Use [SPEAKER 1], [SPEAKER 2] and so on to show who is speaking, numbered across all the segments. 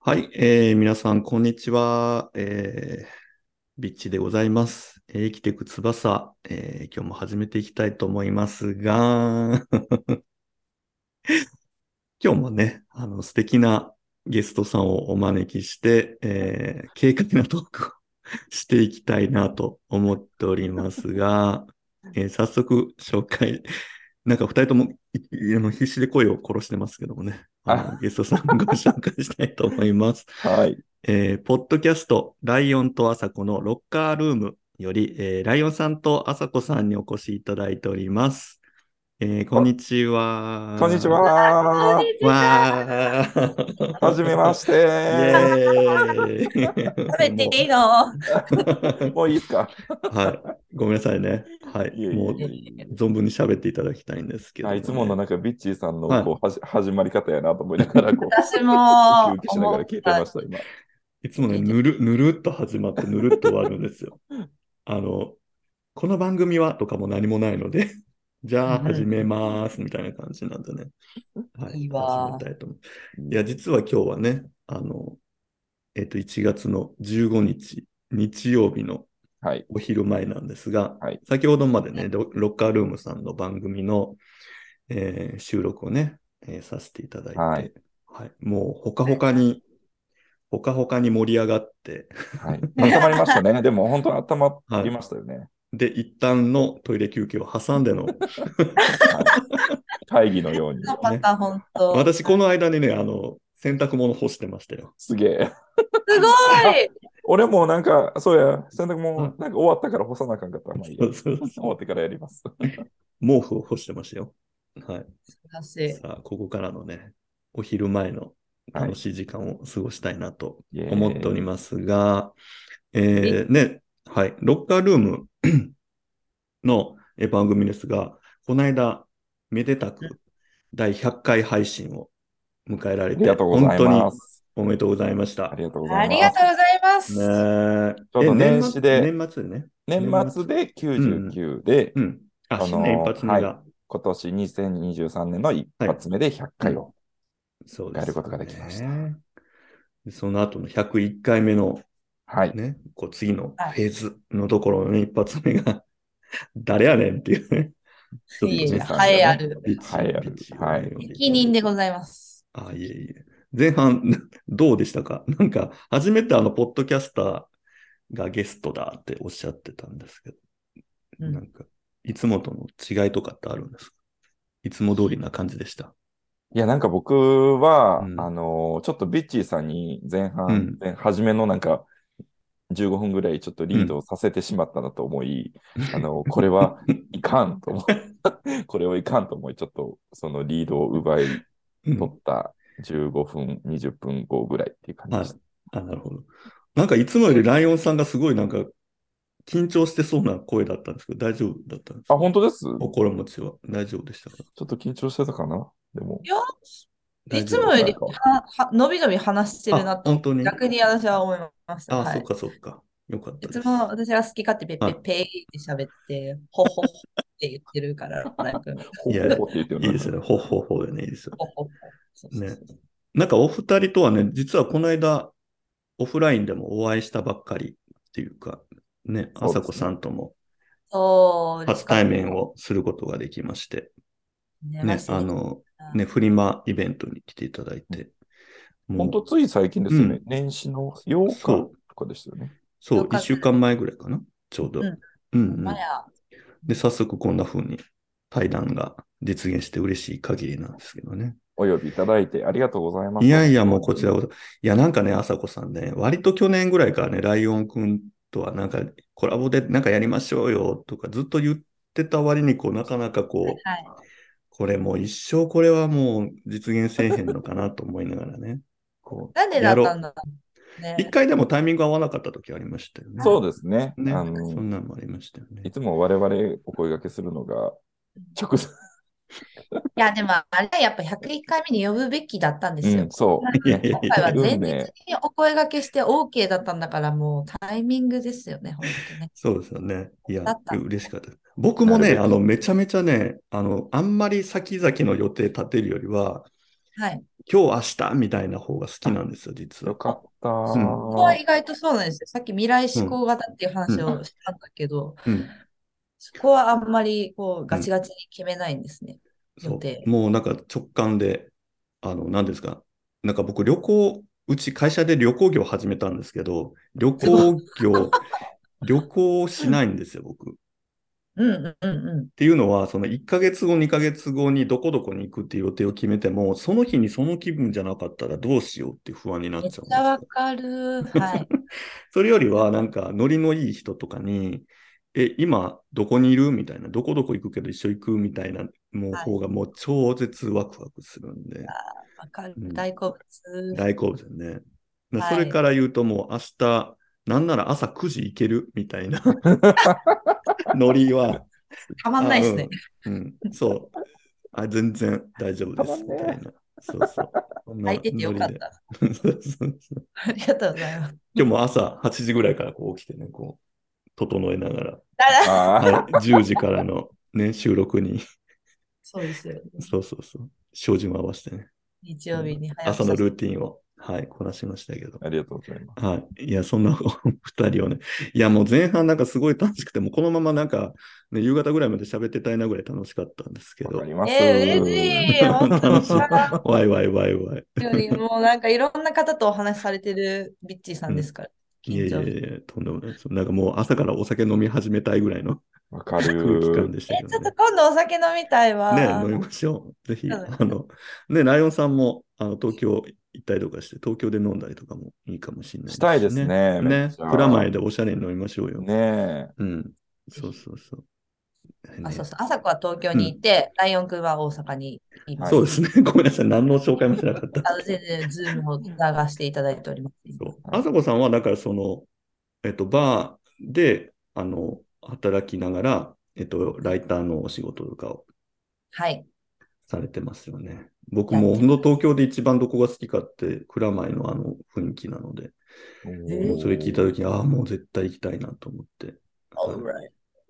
[SPEAKER 1] はい、えー皆さん、こんにちは。えービッチでございます。えー生きていく翼、えー今日も始めていきたいと思いますが、 今日もね、あの、素敵なゲストさんをお招きして、えー軽快なトークをしていきたいなと思っておりますが、えー早速紹介、なんか二人ともいいあの必死で声を殺してますけどもね、あのゲストさんをご紹介したいと思います。
[SPEAKER 2] はい。
[SPEAKER 1] えーポッドキャスト、ライオンとあさこのロッカールームより、えーライオンさんとあさこさんにお越しいただいております。えーこんにちは。
[SPEAKER 2] こんにち
[SPEAKER 3] こん
[SPEAKER 2] は。
[SPEAKER 3] にちは。
[SPEAKER 1] わー。
[SPEAKER 2] はじめまして。
[SPEAKER 1] イエーイ。
[SPEAKER 3] 食べていいの
[SPEAKER 2] もういいですか
[SPEAKER 1] はい。ごめんなさいね。はい。
[SPEAKER 2] いえいえ
[SPEAKER 1] もう、存分に喋っていただきたいんですけど、
[SPEAKER 2] あいつもの
[SPEAKER 1] ね。
[SPEAKER 2] なんかビッチーさんの
[SPEAKER 1] はい
[SPEAKER 2] こうはじ始まり方やなと思いながらこう、
[SPEAKER 3] 私も
[SPEAKER 2] 休憩しながら聞いてました、今。
[SPEAKER 1] いつもね、ぬる、ぬるっと始まって、ぬるっと終わるんです よ。あの、この番組はとかも何もないので、じゃあ
[SPEAKER 3] うん
[SPEAKER 1] 始めますみたいな感じなんでね。はい
[SPEAKER 3] いわー
[SPEAKER 1] 始めたいと思う。いや、実は今日はね、あの、えっと、1月の15日、日曜日の
[SPEAKER 2] はい。
[SPEAKER 1] お昼前なんですが、
[SPEAKER 2] はい
[SPEAKER 1] 先ほどまでね、ロロッカールームさんの番組の、えー収録をね、えーさせていただいて、
[SPEAKER 2] はい
[SPEAKER 1] はいもうほかほかに、ほかほかに盛り上がって、
[SPEAKER 2] はい。温まりまし たね。でも本当に温まりましたよね。
[SPEAKER 1] で、一旦のトイレ休憩を挟んで の、
[SPEAKER 2] はい会議のように。
[SPEAKER 3] のパタ本当。
[SPEAKER 1] 私、この間にね、あの、洗濯物干してましたよ。
[SPEAKER 2] すげえ。
[SPEAKER 3] すごい。
[SPEAKER 2] 俺もなんか、そうや、洗
[SPEAKER 1] は
[SPEAKER 2] 濯も
[SPEAKER 1] い
[SPEAKER 2] なんか終わったから干さなあかんかった。まあいいや
[SPEAKER 1] そうそうそう
[SPEAKER 2] 終わってからやります。
[SPEAKER 1] 毛布を干してましたよ。はい。
[SPEAKER 3] 素晴らしい。
[SPEAKER 1] さあ、ここからのね、お昼前の楽しい時間を過ごしたいなと思っておりますが、えーね、はい、ロッカールームのえ番組ですが、この間、めでたく第100回配信を迎えられ
[SPEAKER 2] あり
[SPEAKER 1] て、
[SPEAKER 2] がとうござ
[SPEAKER 1] 本
[SPEAKER 2] い
[SPEAKER 1] 当に
[SPEAKER 2] ます。
[SPEAKER 1] おめでとうございました。
[SPEAKER 2] ありがとうござ
[SPEAKER 3] あ
[SPEAKER 2] いま
[SPEAKER 3] りがとう
[SPEAKER 2] す。
[SPEAKER 3] ござい
[SPEAKER 1] ね
[SPEAKER 3] ます。
[SPEAKER 1] え
[SPEAKER 2] ちょうど年始で
[SPEAKER 1] え年末年末でね。
[SPEAKER 2] 年末で99で、
[SPEAKER 1] うん。あ、
[SPEAKER 2] あのー
[SPEAKER 1] 新年一発目が。
[SPEAKER 2] は今年2023年の一発目で100回を。
[SPEAKER 1] そうです、
[SPEAKER 2] やることができました
[SPEAKER 1] ね。でその後の101回目の
[SPEAKER 2] はい。
[SPEAKER 1] ね、こう次の
[SPEAKER 3] はい
[SPEAKER 1] フェーズのところのね一発目が、 誰やねんっていうね。ちょっと
[SPEAKER 3] いえいえ、
[SPEAKER 1] ね
[SPEAKER 3] 栄えある。
[SPEAKER 1] ビッチ
[SPEAKER 2] はい
[SPEAKER 1] ビッチ
[SPEAKER 2] はい
[SPEAKER 1] ビッチ
[SPEAKER 3] 責任でございます。
[SPEAKER 1] あ、いえいえ。前半、 どうでしたかなんか、初めてあの、ポッドキャスターがゲストだっておっしゃってたんですけど、
[SPEAKER 3] うん
[SPEAKER 1] なんか、いつもとの違いとかってあるんですかいつも通りな感じでした。
[SPEAKER 2] いや、なんか僕は、
[SPEAKER 1] うん
[SPEAKER 2] あのーちょっとビッチーさんに前半、
[SPEAKER 1] うん
[SPEAKER 2] 前初めのなんか、15分ぐらいちょっとリードさせてしまったなと思い、あのーこれはいかんと思い、 これはいかんと思い、ちょっとそのリードを奪い
[SPEAKER 1] うん
[SPEAKER 2] 取った15分、20分後ぐらいっていう感じでした。
[SPEAKER 1] あ、なるほど。なんか、いつもよりライオンさんがすごいなんか、緊張してそうな声だったんですけど、大丈夫だったんです
[SPEAKER 2] あ、
[SPEAKER 1] か
[SPEAKER 2] 本当ですちょ
[SPEAKER 1] 心持ちは大丈夫でしたか
[SPEAKER 2] っと緊張してたかなでも
[SPEAKER 3] い、や、い
[SPEAKER 1] 大
[SPEAKER 3] つ
[SPEAKER 1] 丈夫
[SPEAKER 3] もより
[SPEAKER 2] 大丈夫です
[SPEAKER 3] はは伸び伸び話してるな
[SPEAKER 1] あ、
[SPEAKER 3] と、
[SPEAKER 1] 本当に。
[SPEAKER 3] 逆に私は思いました。
[SPEAKER 1] あ、
[SPEAKER 3] は
[SPEAKER 1] そっ
[SPEAKER 3] い。
[SPEAKER 1] かそっか。よかった
[SPEAKER 3] い
[SPEAKER 1] です。
[SPEAKER 3] つも私は好き勝手ペッペッペーって喋って、ほほほって言ってるから、なんか、
[SPEAKER 2] ほ
[SPEAKER 1] いや
[SPEAKER 2] ほほって言ってる
[SPEAKER 1] いいですよね。ほうほうほうでね、いいですよね
[SPEAKER 3] ほほほ。そうそう
[SPEAKER 1] ね
[SPEAKER 3] そう。
[SPEAKER 1] なんかお二人とはね、実はこの間、オフラインでもお会いしたばっかりっていうか、ね、
[SPEAKER 2] そ
[SPEAKER 1] あ
[SPEAKER 2] うです
[SPEAKER 1] さ
[SPEAKER 2] ね
[SPEAKER 1] こさんとも
[SPEAKER 3] そうで
[SPEAKER 1] 初
[SPEAKER 3] すか
[SPEAKER 1] 対面をすることができまして、
[SPEAKER 3] ね
[SPEAKER 1] ね、あ、の、ね、フリマイベントに来ていただいて、も
[SPEAKER 2] 本
[SPEAKER 1] う
[SPEAKER 2] 当つい最近ですよね。
[SPEAKER 1] うん
[SPEAKER 2] 年始の8日
[SPEAKER 1] そう
[SPEAKER 2] とかでしたよね。
[SPEAKER 1] そ
[SPEAKER 3] よ
[SPEAKER 1] う、
[SPEAKER 3] か
[SPEAKER 1] 一
[SPEAKER 3] った
[SPEAKER 1] 週間前ぐらいかな、ちょうど。
[SPEAKER 3] うん
[SPEAKER 1] うん
[SPEAKER 3] ほん
[SPEAKER 1] うん
[SPEAKER 3] まや
[SPEAKER 1] で、早速こんな風に対談が実現して嬉しい限りなんですけどね。
[SPEAKER 2] お呼びいただいてありがとうございます。
[SPEAKER 1] いやいや、もうこちらこそ。いや、なんかね、あさこさんね、割と去年ぐらいからね、ライオンくんとはなんかコラボでなんかやりましょうよとかずっと言ってた割に、こう、なかなかこう、
[SPEAKER 3] はい。
[SPEAKER 1] これもう一生これはもう実現せえへんのかなと思いながらね。こ
[SPEAKER 3] なんでだったんだろう
[SPEAKER 1] う
[SPEAKER 3] ね。
[SPEAKER 1] 一回でもタイミング合わなかった時ありましたよね。
[SPEAKER 2] そうですね。
[SPEAKER 1] ね。そ
[SPEAKER 2] あの
[SPEAKER 1] んなんもありましたよね
[SPEAKER 2] い。つも我々お声掛けするのが、直接、
[SPEAKER 3] いや、でも、あれはやっぱ101回目に呼ぶべきだったんで
[SPEAKER 2] う
[SPEAKER 3] すよ
[SPEAKER 2] ん、。そ
[SPEAKER 1] いやいや
[SPEAKER 3] 今回は
[SPEAKER 1] や、
[SPEAKER 3] 前
[SPEAKER 2] 運
[SPEAKER 3] 日
[SPEAKER 2] 命
[SPEAKER 3] にお声掛けして OK だったんだから、もうタイミングですよね、本当ね。
[SPEAKER 1] そうですよね。いや
[SPEAKER 3] だった、
[SPEAKER 1] 嬉しかった。僕も
[SPEAKER 2] な
[SPEAKER 1] ね、
[SPEAKER 2] るべ
[SPEAKER 1] あ
[SPEAKER 2] く
[SPEAKER 1] の、めちゃめちゃね、あの、あんまり先々の予定立てるよりは、
[SPEAKER 3] はい。
[SPEAKER 1] 今日、明日みたいな方が好きなんですよ、実
[SPEAKER 2] よ
[SPEAKER 1] は。
[SPEAKER 2] かった。
[SPEAKER 1] ん
[SPEAKER 3] ここは意外とそうなんですよ。さっき未来思考型っていう話をしたんだけど、
[SPEAKER 1] うん、
[SPEAKER 3] そこはあんまりこうガチガチに決めないんですね。
[SPEAKER 1] そ
[SPEAKER 3] 予定
[SPEAKER 1] う。もうなんか直感で、あの、何ですか。なんか僕、旅行、うち会社で旅行業始めたんですけど、旅行 業、旅行しないんですよ、僕。
[SPEAKER 3] うんうんうんうん。
[SPEAKER 1] っていうのは、その1ヶ月後、2ヶ月後にどこどこに行くっていう予定を決めても、その日にその気分じゃなかったらどうしようっていう不安になっちゃう
[SPEAKER 3] めっ
[SPEAKER 1] んです
[SPEAKER 3] ち
[SPEAKER 1] よ
[SPEAKER 3] ゃわかる。はい。
[SPEAKER 1] それよりは、なんか、ノリのいい人とかに、え、今、どこにいるみたいな、どこどこ行くけど一緒行くみたいな、もう
[SPEAKER 3] はい
[SPEAKER 1] 方がもう超絶ワクワクするんで、
[SPEAKER 3] わかる
[SPEAKER 1] う。ん
[SPEAKER 3] 大好物。
[SPEAKER 1] 大好物だね。だ
[SPEAKER 3] はい
[SPEAKER 1] それから言うと、もう明日、なんなら朝9時行けるみたい なノリは、
[SPEAKER 3] たまんないですね。
[SPEAKER 1] うん、そう。あ、全然大丈夫です。
[SPEAKER 2] た
[SPEAKER 1] み
[SPEAKER 2] まんね
[SPEAKER 1] たいな。そうそう。こんな
[SPEAKER 3] 空いててよか
[SPEAKER 1] ノ
[SPEAKER 3] っ
[SPEAKER 1] リで
[SPEAKER 3] た。
[SPEAKER 1] そうそうそう
[SPEAKER 3] ありがとうございます。
[SPEAKER 1] 今日も朝8時ぐらいからこう起きてね、こう、整えながら、
[SPEAKER 3] あら
[SPEAKER 2] あー
[SPEAKER 1] はい、10時からの、ね、収録に、
[SPEAKER 3] そうですよね。
[SPEAKER 1] そうそうそう、照準を合わせてね、
[SPEAKER 3] 日曜日に早く
[SPEAKER 1] 朝のルーティンを、はい、こなしましたけど。
[SPEAKER 2] ありがとうございます。
[SPEAKER 1] はい。いや、そんな 二人をね。いや、もう前半なんかすごい楽しくて、もうこのままなんか、ね、夕方ぐらいまで喋ってたいなぐらい楽しかったんですけ
[SPEAKER 2] わ
[SPEAKER 1] ど
[SPEAKER 2] か。ります。
[SPEAKER 3] えー、嬉しい。本当にさ
[SPEAKER 1] わいわいわいわい。
[SPEAKER 3] よりもうなんかいろんな方とお話しされてるビッチーさんですから。
[SPEAKER 1] いや
[SPEAKER 3] 緊
[SPEAKER 1] いや
[SPEAKER 3] 張
[SPEAKER 1] いや、とんでもないです。なんかもう朝からお酒飲み始めたいぐらいの
[SPEAKER 2] わか
[SPEAKER 1] 空気感
[SPEAKER 2] る。
[SPEAKER 1] でしたけ
[SPEAKER 3] ち
[SPEAKER 1] ど
[SPEAKER 3] ょっと
[SPEAKER 1] ね。
[SPEAKER 3] 今度お酒飲みたいわ。
[SPEAKER 1] ね、飲みましょう。ぜひ、
[SPEAKER 3] そうだね
[SPEAKER 1] あの、ね、ライオンさんもあの東京行ったりとかして、東京で飲んだりとかもいいかもしれない
[SPEAKER 2] したいです
[SPEAKER 1] ね。
[SPEAKER 2] ね。めっ
[SPEAKER 1] ね
[SPEAKER 2] ちゃ
[SPEAKER 1] プラマイでおしゃれに飲みましょうよ。
[SPEAKER 2] ね
[SPEAKER 1] うん。そうそうそう。
[SPEAKER 3] あ、
[SPEAKER 1] ね
[SPEAKER 3] そうそう。朝子は東京にいて、ライオンくんは大阪にいます。
[SPEAKER 1] そうですね。 ごめんなさい。何の紹介もしなかった。
[SPEAKER 3] あの全然、ズームを流していただいております。
[SPEAKER 1] そう。あさこさんは、だからその、えっと、バーで、あの、働きながら、えっと、ライターのお仕事とかを
[SPEAKER 3] はい。
[SPEAKER 1] されてますよね。僕も本当東京で一番どこが好きかって、蔵前のあの雰囲気なので、
[SPEAKER 2] え。
[SPEAKER 3] え
[SPEAKER 1] もうそれ聞いた
[SPEAKER 2] と
[SPEAKER 1] とき、ああ、もう絶対行きたいなと思って。はいそ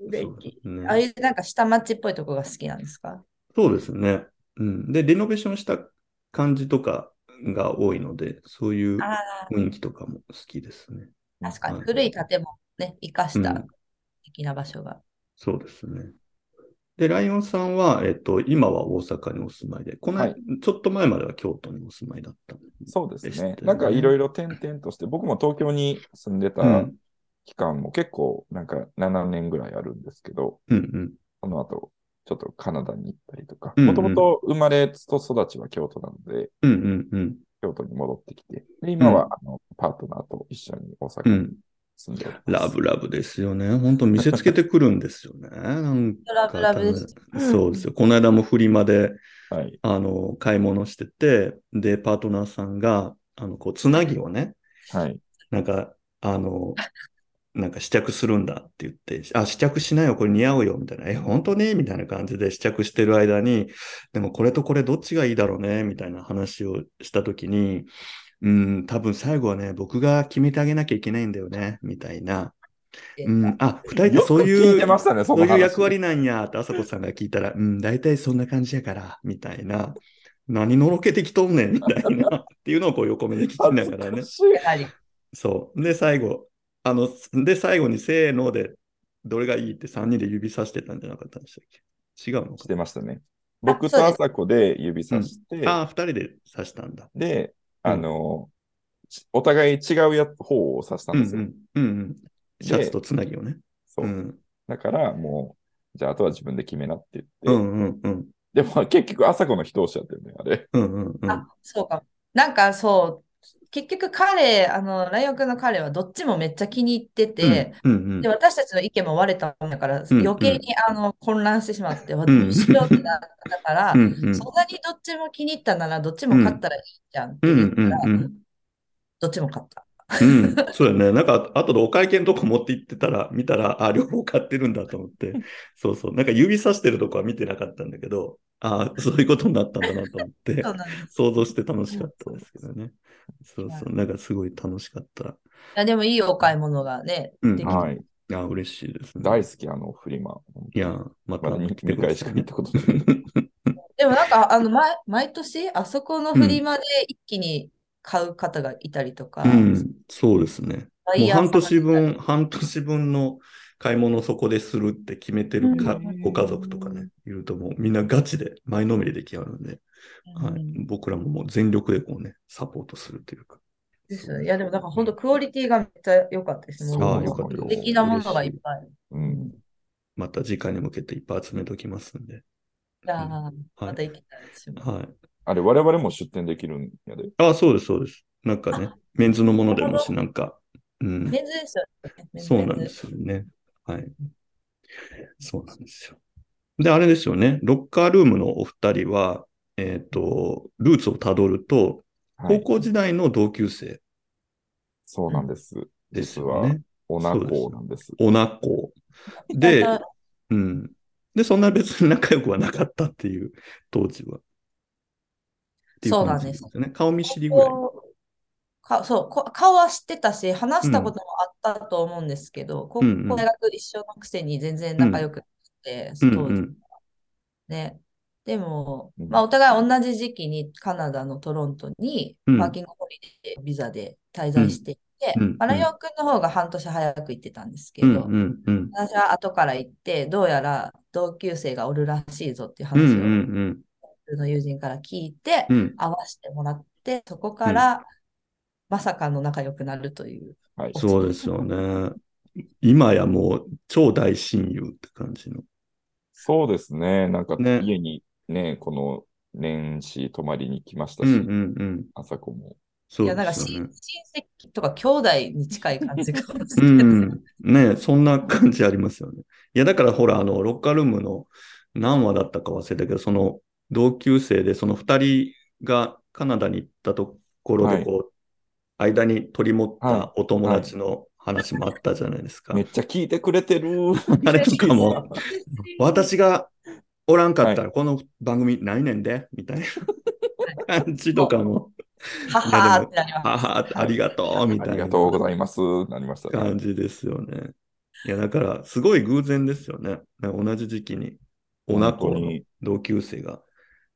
[SPEAKER 1] うですね
[SPEAKER 3] ああいうなんか下町っぽいとこが好きなんですか
[SPEAKER 1] そうですね。うん。で、リノベーションした感じとかが多いので、そういう
[SPEAKER 3] あ
[SPEAKER 1] 雰囲気とかも好きですね。
[SPEAKER 3] あ、確かに
[SPEAKER 1] はい
[SPEAKER 3] 古い建物をね、生かし
[SPEAKER 1] う
[SPEAKER 3] た
[SPEAKER 1] ん
[SPEAKER 3] 的な場所が。
[SPEAKER 1] そうですね。で、ライオンさんは、えっと、今は大阪にお住まいで、この、
[SPEAKER 2] はい
[SPEAKER 1] ちょっと前までは京都にお住まいだった。
[SPEAKER 2] そうです
[SPEAKER 1] でしたよ
[SPEAKER 2] ね
[SPEAKER 1] ね。
[SPEAKER 2] なんかいろいろ点々として、僕も東京に住んで
[SPEAKER 1] う
[SPEAKER 2] た
[SPEAKER 1] ん
[SPEAKER 2] 期間も結構なんか7年ぐらいあるんですけど、
[SPEAKER 1] うんうん。
[SPEAKER 2] その後、ちょっとカナダに行ったりとか、
[SPEAKER 1] うんう
[SPEAKER 2] も
[SPEAKER 1] ん
[SPEAKER 2] ともと生まれと育ちは京都なので、
[SPEAKER 1] うんうんうん。
[SPEAKER 2] 京都に戻ってきて、で今はあのパートナーと一緒に大
[SPEAKER 1] う
[SPEAKER 2] 阪に
[SPEAKER 1] ん。
[SPEAKER 2] 住んでおります。
[SPEAKER 1] ラブラブですよね。本当見せつけてくるんですよね。なんか
[SPEAKER 3] ラブラブです
[SPEAKER 1] 多分そうですよ。この間もフリマで、
[SPEAKER 2] はい。
[SPEAKER 1] あの、買い物してて、で、パートナーさんが、あの、こう、つなぎをね、
[SPEAKER 2] はい。
[SPEAKER 1] なんか、あの、なんか試着するんだって言って、あ、試着しないよ、これ似合うよ、みたいな。え、本当にみたいな感じで試着してる間に、でもこれとこれどっちがいいだろうね、みたいな話をしたときに、うん、多分最後はね、僕が決めてあげなきゃいけないんだよね、みたいな。うん、あ、二人
[SPEAKER 2] よ
[SPEAKER 1] って
[SPEAKER 2] く
[SPEAKER 1] そういう、
[SPEAKER 2] 聞いてましたね、そ
[SPEAKER 1] そ
[SPEAKER 2] の
[SPEAKER 1] う
[SPEAKER 2] 話
[SPEAKER 1] いう役割なんやって、あさこさんが聞いたら、うん、大体そんな感じやから、みたいな。何のろけてきとんねん、みたいな。っていうのをこう横目で聞きながらね
[SPEAKER 2] 恥。ずかしい
[SPEAKER 3] やはり、
[SPEAKER 1] そう。で、最後、あの、で、最後にせーので、どれがいいって3人で指さしてたんじゃなかったんでしたっけ違うの
[SPEAKER 2] し
[SPEAKER 1] か
[SPEAKER 2] てましたね。僕
[SPEAKER 3] そ
[SPEAKER 2] と
[SPEAKER 3] うで
[SPEAKER 2] あ
[SPEAKER 3] す
[SPEAKER 2] さこで指さして、
[SPEAKER 1] ああ、2人で指したんだ。
[SPEAKER 2] で、
[SPEAKER 1] うん
[SPEAKER 2] あの、ちお互い違うや方を指した
[SPEAKER 1] うんんう
[SPEAKER 2] ですよ。
[SPEAKER 1] ん。うんうん、シャツとつなぎをね。
[SPEAKER 2] そうう、
[SPEAKER 1] ん
[SPEAKER 2] だから、もう、じゃあ、あとは自分で決めなって言っ
[SPEAKER 1] う
[SPEAKER 2] て。
[SPEAKER 1] んうんうん。
[SPEAKER 2] でも、結局、朝子の人をしちゃってるね、あれ。
[SPEAKER 1] うんうんうん。
[SPEAKER 3] あ、そうか。なんかそう、結局彼、あの、ライオンくんの彼はどっちもめっちゃ気に入ってて、
[SPEAKER 1] うんうん
[SPEAKER 3] で、私たちの意見も割れたもんだから、
[SPEAKER 1] ん
[SPEAKER 3] 余計にあの混乱してしまって、
[SPEAKER 1] ん
[SPEAKER 3] どうしようってなったから、
[SPEAKER 1] うんうん
[SPEAKER 3] そんなにどっちも気に入ったなら、どっちも勝ったらいいじゃんって
[SPEAKER 1] うん
[SPEAKER 3] 言った
[SPEAKER 1] うん
[SPEAKER 3] ら、
[SPEAKER 1] うん。
[SPEAKER 3] どっちも勝った。
[SPEAKER 1] うん、そうだよね。なんか、あとでお会計のとこ持って行ってたら、見たら、あ、両方買ってるんだと思って、そうそう、なんか指さしてるとこは見てなかったんだけど、あそういうことになったんだなと思って
[SPEAKER 3] そ、うなんです。
[SPEAKER 1] 想像して楽しかったですけどね。そうそう、なんかすごい楽しかった。
[SPEAKER 3] いやでもいいお買い物がね、
[SPEAKER 1] うん
[SPEAKER 3] できて
[SPEAKER 2] はい。
[SPEAKER 1] あ嬉しいですね。
[SPEAKER 2] 大好き、あの、フリマ。
[SPEAKER 1] いや、ま
[SPEAKER 2] ま
[SPEAKER 1] た
[SPEAKER 2] だ
[SPEAKER 1] 来
[SPEAKER 2] 2
[SPEAKER 1] てくだ
[SPEAKER 2] 回し
[SPEAKER 1] さ
[SPEAKER 2] か
[SPEAKER 1] い
[SPEAKER 2] 見
[SPEAKER 1] ね
[SPEAKER 2] たことない。
[SPEAKER 3] でもなんか、あの、毎毎年、あそこのフリマで一気に買う方がいたりとか、
[SPEAKER 1] うん、そうですね。
[SPEAKER 3] バ
[SPEAKER 1] も
[SPEAKER 3] イ
[SPEAKER 1] う
[SPEAKER 3] ヤーさん
[SPEAKER 1] 半
[SPEAKER 3] がいた
[SPEAKER 1] 年
[SPEAKER 3] り
[SPEAKER 1] 分、半年分の買い物をそこでするって決めてるか
[SPEAKER 3] うん
[SPEAKER 1] ご家族とかね、いるともうみんなガチで前のめりできあるんで、
[SPEAKER 3] うん
[SPEAKER 1] はい、僕らももう全力でこうね、サポートするというか。
[SPEAKER 3] ですよねいや、でもなんか本当クオリティがめっちゃ良かったですね。
[SPEAKER 2] そう
[SPEAKER 1] あ
[SPEAKER 3] も
[SPEAKER 1] あ、
[SPEAKER 3] う
[SPEAKER 1] よかった
[SPEAKER 3] 素
[SPEAKER 1] よ。
[SPEAKER 3] 敵なものがいっ
[SPEAKER 1] 嬉しい
[SPEAKER 3] ぱい。
[SPEAKER 2] うん。
[SPEAKER 1] また次回に向けていっぱい集めときますんで。
[SPEAKER 3] じゃあ、
[SPEAKER 1] は
[SPEAKER 3] また
[SPEAKER 1] い。
[SPEAKER 3] 行きたいですよ。
[SPEAKER 1] はい、
[SPEAKER 2] あれ、我々も出店できるんやで。
[SPEAKER 1] ああ、そうです、そうです。なんかね、メンズのものでもし、なんか、うん。
[SPEAKER 3] メンズですよね。
[SPEAKER 1] そうなん
[SPEAKER 3] メン
[SPEAKER 1] で
[SPEAKER 3] ズ。
[SPEAKER 1] すよね。はい。そうなんですよ。で、あれですよね。ロッカールームのお二人は、えっ、と、ルーツをたどると、
[SPEAKER 2] は
[SPEAKER 1] 高
[SPEAKER 2] い。
[SPEAKER 1] 校時代の同級生
[SPEAKER 2] そうなんです。
[SPEAKER 1] です
[SPEAKER 2] 実
[SPEAKER 1] よ
[SPEAKER 2] は、
[SPEAKER 1] ね。
[SPEAKER 2] おなこなんです。
[SPEAKER 1] おなこ。で、うん。で、そんな別に仲良くはなかったっていう、当時は。ってい
[SPEAKER 3] そうな
[SPEAKER 1] 感
[SPEAKER 3] ん
[SPEAKER 1] じ
[SPEAKER 3] です
[SPEAKER 1] よね。顔見知りぐらい。
[SPEAKER 3] こうかそうこ顔は知ってたし、話したこともあったと思うんですけど、高
[SPEAKER 1] うんうん
[SPEAKER 3] 校大学一緒のくせに全然仲良くなくて、
[SPEAKER 1] う
[SPEAKER 3] 当
[SPEAKER 1] ん
[SPEAKER 3] 時
[SPEAKER 1] うん。
[SPEAKER 3] ね。でも、
[SPEAKER 2] うん
[SPEAKER 3] まあ、お互い同じ時期にカナダのトロントに
[SPEAKER 1] うん
[SPEAKER 3] ワーキングホリデービザで滞在していて、
[SPEAKER 1] うんうん
[SPEAKER 3] まあライオン君の方が半年早く行ってたんですけ
[SPEAKER 1] う
[SPEAKER 3] ど、
[SPEAKER 1] んうんうん。
[SPEAKER 3] 私は後から行って、どうやら同級生がおるらしいぞっていう
[SPEAKER 1] うんう
[SPEAKER 3] 話
[SPEAKER 1] ん
[SPEAKER 3] を、の友人から聞いて、
[SPEAKER 1] うん。うん。
[SPEAKER 3] 会わせてもらって、そこから、まさかの仲良くなるという。
[SPEAKER 2] はい。
[SPEAKER 1] そうですよね。今やもう超大親友って感じの。
[SPEAKER 2] そうですね。なんか、
[SPEAKER 1] ね
[SPEAKER 2] 家にね、この年始泊まりに来ました
[SPEAKER 1] うん
[SPEAKER 2] し、
[SPEAKER 1] うんうん。
[SPEAKER 2] 朝子も。
[SPEAKER 1] そ
[SPEAKER 3] いうや、なん
[SPEAKER 1] で
[SPEAKER 3] か
[SPEAKER 1] す
[SPEAKER 3] 親
[SPEAKER 1] よね。
[SPEAKER 3] 親戚とか兄弟に近い感じがするんです
[SPEAKER 1] う
[SPEAKER 3] けど、
[SPEAKER 1] ん。ねそんな感じありますよね。いや、だからほら、あの、ロッカールームの何話だったか忘れたけど、その同級生で、その2人がカナダに行ったところで、こう、間に取り持ったお友達の話もあったじゃないですか。
[SPEAKER 2] めっちゃ聞いてくれてる。
[SPEAKER 1] あれとかも、私がおらんかった
[SPEAKER 2] は
[SPEAKER 1] ら、この番組何年でみたいな感じとかも、
[SPEAKER 3] ははーってなります。
[SPEAKER 1] あはありがとうみ
[SPEAKER 2] あ
[SPEAKER 1] た
[SPEAKER 2] り
[SPEAKER 1] いな
[SPEAKER 2] がとうございます。なりましたね。
[SPEAKER 1] 感じですよね。いや、だから、すごい偶然ですよね。なんか同じ時期に、おなこ
[SPEAKER 2] 本当
[SPEAKER 1] の
[SPEAKER 2] に
[SPEAKER 1] 同級生が、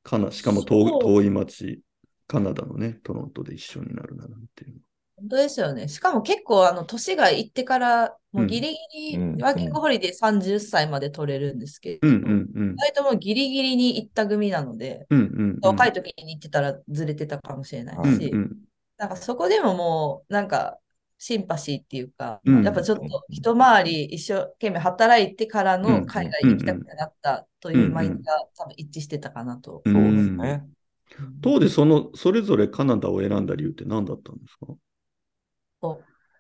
[SPEAKER 1] かなしかも遠
[SPEAKER 3] そう
[SPEAKER 1] 遠い町、カナダのね、トロントで一緒になるなんていう。
[SPEAKER 3] 本当ですよね。しかも結構、あの、年がいってから、もうギリギ
[SPEAKER 2] うんうん
[SPEAKER 3] リ、ワーキングホリデー30歳まで取れるんですけ
[SPEAKER 1] う
[SPEAKER 3] ど、
[SPEAKER 1] ん
[SPEAKER 3] 意
[SPEAKER 1] うんうん。
[SPEAKER 3] 外ともうギリギリに行った組なので、
[SPEAKER 1] うんうん、うん。
[SPEAKER 3] 若い時に行ってたらずれてたかもしれな
[SPEAKER 1] うん
[SPEAKER 3] いし
[SPEAKER 1] う、ん。
[SPEAKER 3] なんかそこでももう、なんか、シンパシーっていうか、
[SPEAKER 1] うん
[SPEAKER 3] やっぱちょっと一回り一生懸命働いてから
[SPEAKER 1] うんうん
[SPEAKER 3] の海外行きたくなったというマインドが多分一致してたかなと。
[SPEAKER 1] うん
[SPEAKER 2] そうですね。
[SPEAKER 1] 当時、その、それぞれカナダを選んだ理由って何だったんですか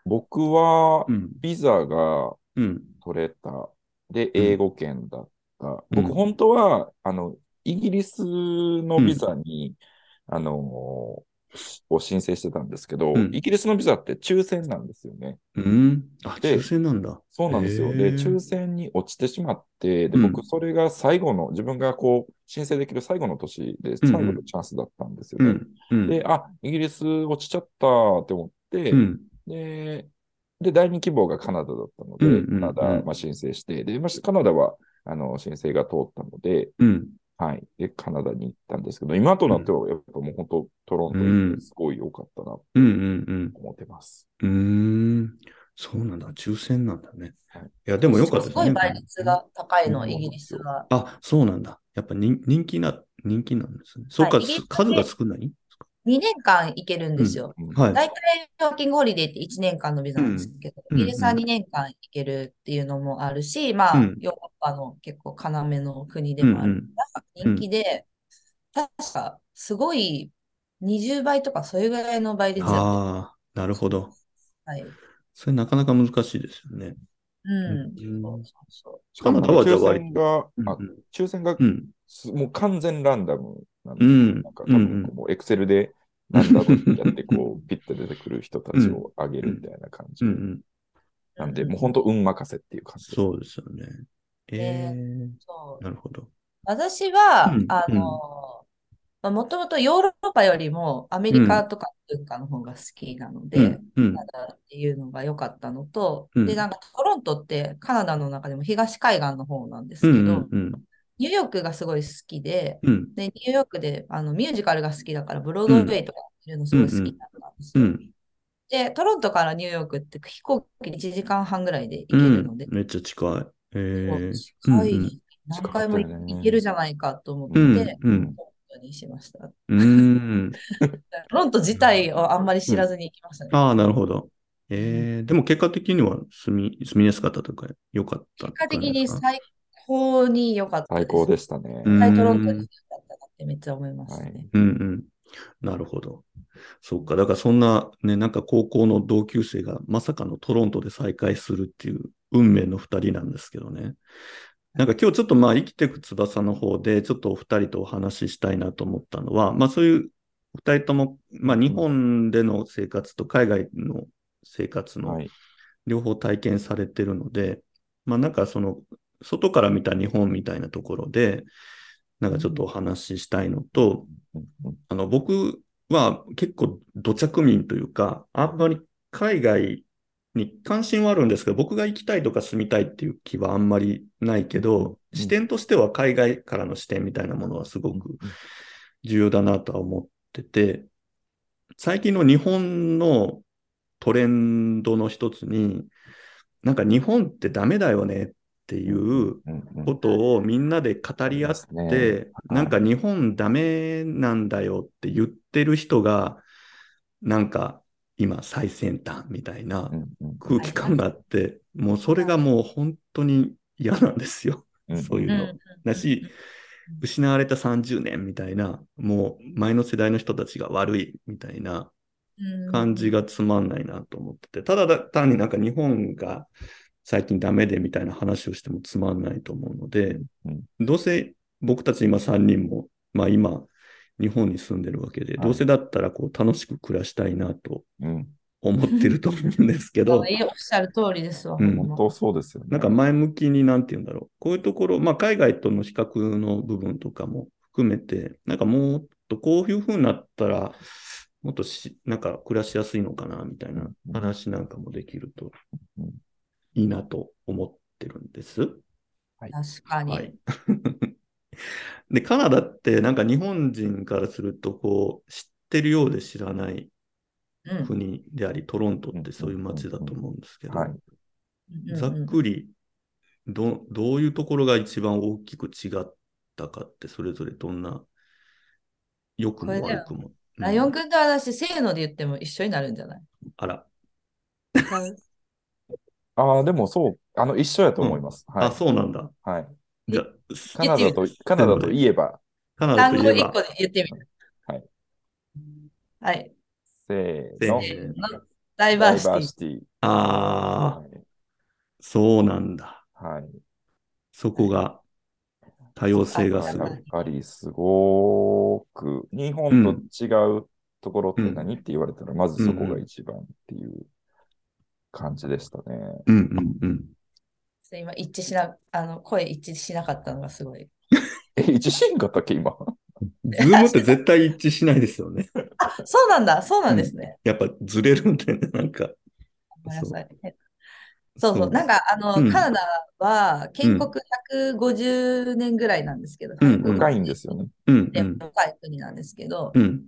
[SPEAKER 2] 僕は
[SPEAKER 1] う、ん。
[SPEAKER 2] ビザが
[SPEAKER 1] うん。
[SPEAKER 2] 取れた。で、英語圏だった。
[SPEAKER 1] うん
[SPEAKER 2] 僕、本当は、あの、イギリスのビザに、あのーを申請してたんですけ
[SPEAKER 1] う
[SPEAKER 2] ど、
[SPEAKER 1] ん
[SPEAKER 2] イギリスのビザって抽選なんですよね。
[SPEAKER 1] うん。あ、
[SPEAKER 2] で
[SPEAKER 1] 抽選なんだ。
[SPEAKER 2] そうなんです
[SPEAKER 1] へ
[SPEAKER 2] よ。
[SPEAKER 1] ー
[SPEAKER 2] で、抽選に落ちてしまって、で、
[SPEAKER 1] うん
[SPEAKER 2] 僕、それが最後の、自分がこう、申請できる最後の年で、最後のチャンスだったんですよ
[SPEAKER 1] う
[SPEAKER 2] ね。
[SPEAKER 1] ん。うん。
[SPEAKER 2] で、あ、イギリス落ちちゃったって思って、
[SPEAKER 1] うん。
[SPEAKER 2] で、で、第二希望がカナダだったので、
[SPEAKER 1] うんうんうん
[SPEAKER 2] カナダ、まあ、申請して、で、まあ、カナダはあの申請が通ったので、
[SPEAKER 1] うん。
[SPEAKER 2] はい。で、カナダに行ったんですけど、今となっては、やっぱもう本当、トロント
[SPEAKER 1] うん
[SPEAKER 2] 行ってすごい良かったなと
[SPEAKER 1] うん。うん。うん。
[SPEAKER 2] 思ってます。
[SPEAKER 1] うーん、そうなんだ、抽選なんだね
[SPEAKER 2] はい。
[SPEAKER 1] いや、でもよかったですす
[SPEAKER 3] ご
[SPEAKER 1] ね。
[SPEAKER 3] い倍率が高いの、
[SPEAKER 2] うん
[SPEAKER 3] イギリスは。
[SPEAKER 1] あ、そうなんだ。やっぱ人人気な、人気なんですね。そっか、
[SPEAKER 3] イギリス
[SPEAKER 1] す
[SPEAKER 3] ね
[SPEAKER 1] 数が少ない
[SPEAKER 3] 2年間行けるんですよ。
[SPEAKER 2] うん
[SPEAKER 1] はい。
[SPEAKER 3] 大体、ワーキングホリデーって1年間のビザなんですけど、
[SPEAKER 1] う
[SPEAKER 3] イ
[SPEAKER 1] ん
[SPEAKER 3] ギリスは2年間行けるっていうのもあるし、ま
[SPEAKER 1] う
[SPEAKER 3] あ
[SPEAKER 1] ん、
[SPEAKER 3] ヨーロッパの結構要の国で
[SPEAKER 1] うん
[SPEAKER 3] もあ
[SPEAKER 1] う
[SPEAKER 3] る
[SPEAKER 1] ん。
[SPEAKER 3] 人気で、確かすごい20倍とかそれぐらいの倍率やって
[SPEAKER 1] ああ、なるほど。
[SPEAKER 3] た。はい。
[SPEAKER 1] それなかなか難しいですよね。
[SPEAKER 3] うん。
[SPEAKER 1] うん
[SPEAKER 3] そうそうそう
[SPEAKER 2] しかも
[SPEAKER 1] カナダはじゃあ
[SPEAKER 2] 抽選が、あ
[SPEAKER 1] うん
[SPEAKER 2] 抽選が
[SPEAKER 1] うん。
[SPEAKER 2] すもう完全ランダムなん
[SPEAKER 1] う
[SPEAKER 2] ですよ
[SPEAKER 1] ん
[SPEAKER 2] なんか、
[SPEAKER 1] う
[SPEAKER 2] 多分
[SPEAKER 1] ん。
[SPEAKER 2] こう、エクセルで、なんだろうやって、 こう、ピッて出てくる人たちをあげるみたいな感じ。
[SPEAKER 1] うんうん。
[SPEAKER 2] なんで、もう本当、運任せっていう感じです。
[SPEAKER 1] そうですよね。ええ、
[SPEAKER 3] そう
[SPEAKER 1] なるほど。
[SPEAKER 3] 私は
[SPEAKER 1] うん、
[SPEAKER 3] あの、まあもともとヨーロッパよりもアメリカとか文化の方が好きなの
[SPEAKER 1] う
[SPEAKER 3] で、
[SPEAKER 1] ん。うん
[SPEAKER 3] カ。ナダっていうのが良かったのと、
[SPEAKER 1] うん
[SPEAKER 3] で、なんかトロントってカナダの中でも東海岸の方なんです
[SPEAKER 1] う
[SPEAKER 3] け
[SPEAKER 1] んう
[SPEAKER 3] ど
[SPEAKER 1] ん。、うん
[SPEAKER 3] ニューヨークがすごい好きで、
[SPEAKER 1] うん。
[SPEAKER 3] で、ニューヨークであのミュージカルが好きだから、ブロードウェイとか見るのすごい好きだったんです
[SPEAKER 1] う
[SPEAKER 3] よ。
[SPEAKER 1] ん。
[SPEAKER 3] で、トロントからニューヨークって飛行機で1時間半ぐらいで行け
[SPEAKER 1] う
[SPEAKER 3] る
[SPEAKER 1] ん
[SPEAKER 3] ので、。
[SPEAKER 1] めっちゃ近い。
[SPEAKER 3] もう
[SPEAKER 1] え
[SPEAKER 3] 近い、
[SPEAKER 1] うんうん
[SPEAKER 3] 何回も
[SPEAKER 2] 近かったよね
[SPEAKER 3] 行けるじゃないかと思っ
[SPEAKER 1] う
[SPEAKER 3] て、
[SPEAKER 1] ん
[SPEAKER 3] 本
[SPEAKER 1] うん
[SPEAKER 3] 当にしました。
[SPEAKER 1] えうん。
[SPEAKER 3] トロント自体をあんまり知らずに行きましたね。
[SPEAKER 1] ああ、なるほど。ええでも結果的には住み、住みやすかったというか、良かった
[SPEAKER 3] 結
[SPEAKER 1] 感
[SPEAKER 3] 果的
[SPEAKER 1] じで
[SPEAKER 3] に
[SPEAKER 1] すか。
[SPEAKER 3] 最高に良かった
[SPEAKER 2] 最高でしたね。
[SPEAKER 1] うん
[SPEAKER 3] 絶対トロントに良かったなってめっちゃ思います
[SPEAKER 2] は
[SPEAKER 3] ね
[SPEAKER 2] い。
[SPEAKER 1] うんうん。なるほど。そうか。だからそんな、ね、なんか高校の同級生がまさかのトロントで再会するっていう運命の二人なんですけどね。なんか今日ちょっとまあ生きてく翼の方でちょっとお二人とお話ししたいなと思ったのは、まあそういうお二人とも、まあ日本での生活と海外の生活の
[SPEAKER 2] はい。
[SPEAKER 1] 両方体験されてるので、まあなんかその、外から見た日本みたいなところで、なんかちょっとお話ししたいのと、
[SPEAKER 2] うんうん
[SPEAKER 1] あの、僕は結構土着民というか、あんまり海外に関心はあるんですけど、僕が行きたいとか住みたいっていう気はあんまりないけど、
[SPEAKER 2] うん
[SPEAKER 1] 視点としては海外からの視点みたいなものはすごく重要だなとは思ってて、最近の日本のトレンドの一つに、なんか日本ってダメだよねっていう
[SPEAKER 2] うんうん
[SPEAKER 1] ことをみんなで語り合っ
[SPEAKER 2] そうで
[SPEAKER 1] て
[SPEAKER 2] すね、はい
[SPEAKER 1] なんか日本ダメなんだよって言ってる人が、なんか今最先端みたいな
[SPEAKER 2] うんうん
[SPEAKER 1] 空気感があって、もうそれがもう本当に嫌なんですよ。
[SPEAKER 2] うん
[SPEAKER 1] そういう
[SPEAKER 3] うん
[SPEAKER 1] の。だし、失われた30年みたいな、もう前の世代の人たちが悪いみたいな
[SPEAKER 3] うん
[SPEAKER 1] 感じがつまんないなと思ってて、ただだ単になんか日本が最近ダメでみたいな話をしてもつまんないと思うので、
[SPEAKER 2] うん
[SPEAKER 1] どうせ僕たち今3人も、まあ今、日本に住んでるわけで、
[SPEAKER 2] はい
[SPEAKER 1] どうせだったらこう楽しく暮らしたいなと
[SPEAKER 2] うん
[SPEAKER 1] 思ってると思うんですけど
[SPEAKER 3] あ、いやおっしゃる通りですわ。
[SPEAKER 1] うん
[SPEAKER 3] ほん
[SPEAKER 2] 本
[SPEAKER 3] ま
[SPEAKER 2] 当そうですよね。
[SPEAKER 1] なんか前向きになんて言うんだろう。こういうところ、まあ海外との比較の部分とかも含めて、なんかもっとこういう風になったら、もっとし、なんか暮らしやすいのかな、みたいな話なんかもできると
[SPEAKER 2] うん
[SPEAKER 1] いいなと思ってるんです。
[SPEAKER 3] 確かに。
[SPEAKER 1] はい。 で、カナダってなんか日本人からすると、こう、知ってるようで知らない
[SPEAKER 3] うん
[SPEAKER 1] 国であり、トロントってそういう街だと思うんですけど、
[SPEAKER 2] はい。
[SPEAKER 3] うんうん
[SPEAKER 1] ざっくりど、どういうところが一番大きく違ったかって、それぞれどんな、良くも
[SPEAKER 3] これだよ
[SPEAKER 1] 悪くも。
[SPEAKER 3] ライオ
[SPEAKER 1] う
[SPEAKER 3] ン
[SPEAKER 1] ん
[SPEAKER 3] 君と私、せーので言っても一緒になるんじゃない
[SPEAKER 1] あら、
[SPEAKER 2] ああ、でもそう、あの、一緒やと思います。はい
[SPEAKER 1] あ、。そうなんだ。
[SPEAKER 2] はい。
[SPEAKER 1] じゃあ、
[SPEAKER 2] カナダと、カナダといえば、
[SPEAKER 1] カナダ
[SPEAKER 3] 単
[SPEAKER 1] とい
[SPEAKER 3] 語
[SPEAKER 1] え
[SPEAKER 3] 一
[SPEAKER 1] ば
[SPEAKER 3] 個、で言ってみる。
[SPEAKER 2] はい。
[SPEAKER 3] はい。
[SPEAKER 2] せー
[SPEAKER 1] せ
[SPEAKER 2] の、
[SPEAKER 1] ーの
[SPEAKER 3] ダイバーシティ。
[SPEAKER 2] ティ。
[SPEAKER 1] ああ、そうなんだ。
[SPEAKER 2] はい。はい
[SPEAKER 1] そこが、多様性がすごい
[SPEAKER 2] や。っぱりすごく、日本と違うところって何、って言われたら、まずそこが一番っていう感じでしたね。
[SPEAKER 1] うんうんうん。
[SPEAKER 3] ちょっと今、一致しな、あの、声一致しなかったのがすごい。
[SPEAKER 2] え、一シーンかったっけ、今。
[SPEAKER 1] ズームって絶対一致しないですよね。
[SPEAKER 3] あ、そうなんだ、そうなんですね。
[SPEAKER 1] やっぱずれるんで、なんか。
[SPEAKER 3] ごめんなさい。そうそう、なん
[SPEAKER 1] か、
[SPEAKER 3] かあの、
[SPEAKER 1] うん
[SPEAKER 3] カナダは建国150年ぐらいなんですけど、
[SPEAKER 1] うん
[SPEAKER 3] 150
[SPEAKER 2] 深いんですよね。
[SPEAKER 1] うんう
[SPEAKER 3] 年
[SPEAKER 1] ん。
[SPEAKER 3] で深い国なんですけど、
[SPEAKER 1] うん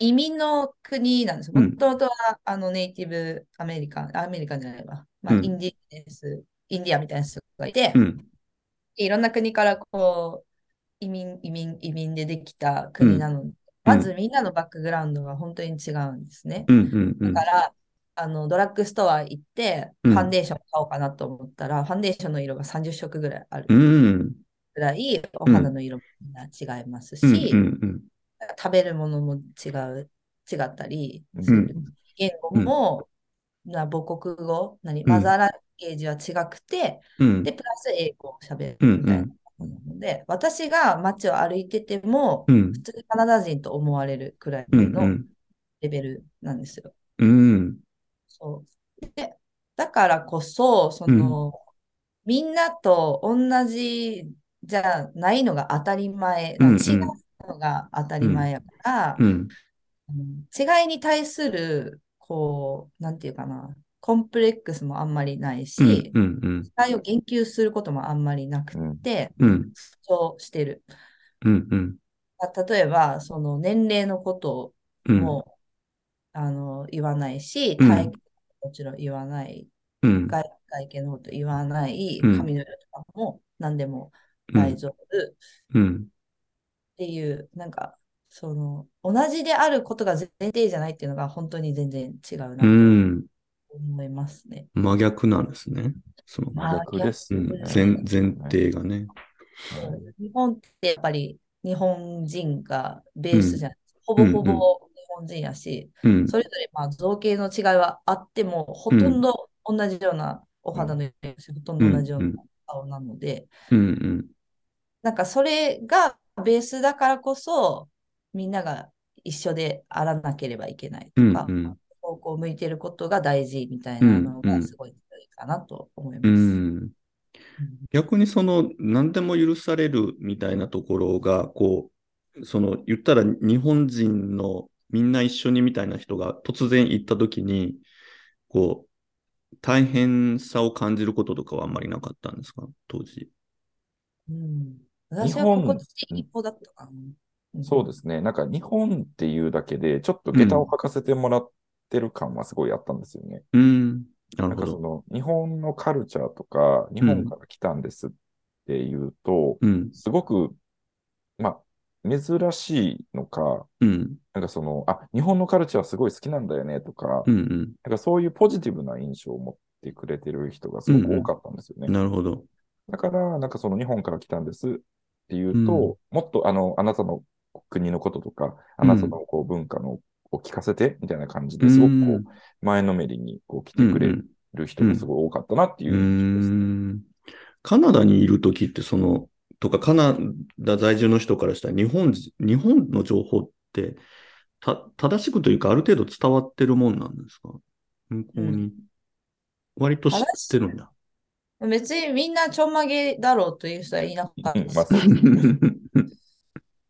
[SPEAKER 3] 移民の国なんですよ。
[SPEAKER 1] うん
[SPEAKER 3] もともとはあのネイティブアメリカン、アメリカンじゃないわ、まあ
[SPEAKER 1] うん
[SPEAKER 3] インディジネス、インディアみたいな人がいて、
[SPEAKER 1] うん
[SPEAKER 3] いろんな国からこう、移民、移民、移民でできた国なので、まずみんなのバックグラウンドが本当に違うんですね。
[SPEAKER 1] うんうんうん
[SPEAKER 3] だから、あのドラッグストア行って、
[SPEAKER 1] うん
[SPEAKER 3] ファンデーション買おうかなと思ったら、ファンデーションの色が30色ぐらいある
[SPEAKER 1] うん
[SPEAKER 3] ぐらい、お肌の色もみんな違いますし、
[SPEAKER 1] うんうん
[SPEAKER 3] 食べるものも違う、違ったり
[SPEAKER 2] うん
[SPEAKER 3] する。言語も、な母国語、何、マザーランゲージは違くて、
[SPEAKER 1] うん
[SPEAKER 3] で、プラス英語を喋る
[SPEAKER 1] うん
[SPEAKER 3] みたいなものなので、私が街を歩いてても、
[SPEAKER 1] うん
[SPEAKER 3] 普通にカナダ人と思われるくらい
[SPEAKER 1] うんう
[SPEAKER 3] の
[SPEAKER 1] ん
[SPEAKER 3] レベルなんですよ。
[SPEAKER 1] うん
[SPEAKER 3] そう。で、だからこそ、その、みんなと同じじゃないのが当たり前、
[SPEAKER 1] うんうん
[SPEAKER 3] 違うのが当たり前やから
[SPEAKER 1] う、ん
[SPEAKER 3] あの違いに対する、こう、なんていうかな、コンプレックスもあんまりないし、
[SPEAKER 1] うん、うん、うん。
[SPEAKER 3] 期待を言及することもあんまりなくて、
[SPEAKER 1] うん、
[SPEAKER 3] そうしてる。
[SPEAKER 1] うん、うん。
[SPEAKER 3] まあ例えば、その年齢のこと
[SPEAKER 1] う
[SPEAKER 3] を
[SPEAKER 1] ん、
[SPEAKER 3] もう、あの言わないし、
[SPEAKER 1] うん
[SPEAKER 3] 体型もちろん言わない、
[SPEAKER 1] うん、
[SPEAKER 3] 外外見のこと言わない、
[SPEAKER 1] うん
[SPEAKER 3] 髪の色とかも何でも
[SPEAKER 1] うん
[SPEAKER 3] 大丈夫っ
[SPEAKER 1] うん、
[SPEAKER 3] ていう、なんか、その、同じであることが前提じゃないっていうのが本当に全然違う
[SPEAKER 1] う。
[SPEAKER 3] なんと思いますね。
[SPEAKER 1] 真逆なんですね。その、
[SPEAKER 3] まあ
[SPEAKER 2] 真逆です
[SPEAKER 1] う
[SPEAKER 2] よ
[SPEAKER 1] ん
[SPEAKER 2] ね。
[SPEAKER 1] 前前提がね。
[SPEAKER 2] はい
[SPEAKER 3] 日本ってやっぱり日本人がベースじゃない、ほ
[SPEAKER 1] う
[SPEAKER 3] ぼ
[SPEAKER 1] ん
[SPEAKER 3] ほぼ
[SPEAKER 1] うん
[SPEAKER 3] 日本人やし、
[SPEAKER 1] うん、
[SPEAKER 3] それぞれまあ造形の違いはあっても、ほとんど同じようなお肌の色やし、ほとんど同じような顔なので、
[SPEAKER 1] うん、うん、
[SPEAKER 3] なんかそれがベースだからこそ、みんなが一緒であらなければいけないと
[SPEAKER 1] うん、
[SPEAKER 3] か、
[SPEAKER 1] うん、
[SPEAKER 3] 方向を向いてることが大事みたいなの
[SPEAKER 1] うんう
[SPEAKER 3] が
[SPEAKER 1] ん
[SPEAKER 3] すごい強いかなと思います。
[SPEAKER 1] うん。
[SPEAKER 3] うん
[SPEAKER 1] 逆にその何でも許されるみたいなところがこうその言ったら日本人のみんな一緒にみたいな人が突然行った時にこう大変さを感じることとかはあんまりなかったんですか当時。
[SPEAKER 3] うん、私
[SPEAKER 2] 日
[SPEAKER 3] は
[SPEAKER 2] 本
[SPEAKER 3] 心地いい一方だったかな。うん
[SPEAKER 2] そうですね。なんか日本っていうだけで、ちょっと下駄を履かせてもらってる感はすごいあったんですよね。
[SPEAKER 1] うん。な
[SPEAKER 2] な
[SPEAKER 1] る
[SPEAKER 2] ん
[SPEAKER 1] ほ
[SPEAKER 2] かそ
[SPEAKER 1] ど。
[SPEAKER 2] の日本のカルチャーとか、日本から来たんですっていうと、
[SPEAKER 1] うん。
[SPEAKER 2] すごく、まあ、珍しいのか、
[SPEAKER 1] うん。
[SPEAKER 2] なんかその、あ、日本のカルチャーすごい好きなんだよねとか、
[SPEAKER 1] うん。うん。
[SPEAKER 2] なんかそういうポジティブな印象を持ってくれてる人がすごく多かったんですよね。
[SPEAKER 1] なるほど。
[SPEAKER 2] だから、なんかその日本から来たんですっていうと、もっとあの、あなたの国のこととか、あなたのこう文化のを聞かせてみたいな感じですごくこう前のめりにこう来てくれる人がすごい多かったなっていう
[SPEAKER 1] うー
[SPEAKER 2] 印象ですね。
[SPEAKER 1] んカナダにいるときって、その、とか、カナダ在住の人からしたら、日本じ、日本の情報って、た、正しくというか、ある程度伝わってるもんなんですか向こう
[SPEAKER 3] う
[SPEAKER 1] に。割と知ってるんだ。
[SPEAKER 3] 別にみんなちょんまげだろうという人はいなかった
[SPEAKER 2] うん
[SPEAKER 3] です
[SPEAKER 2] まあそう ですね。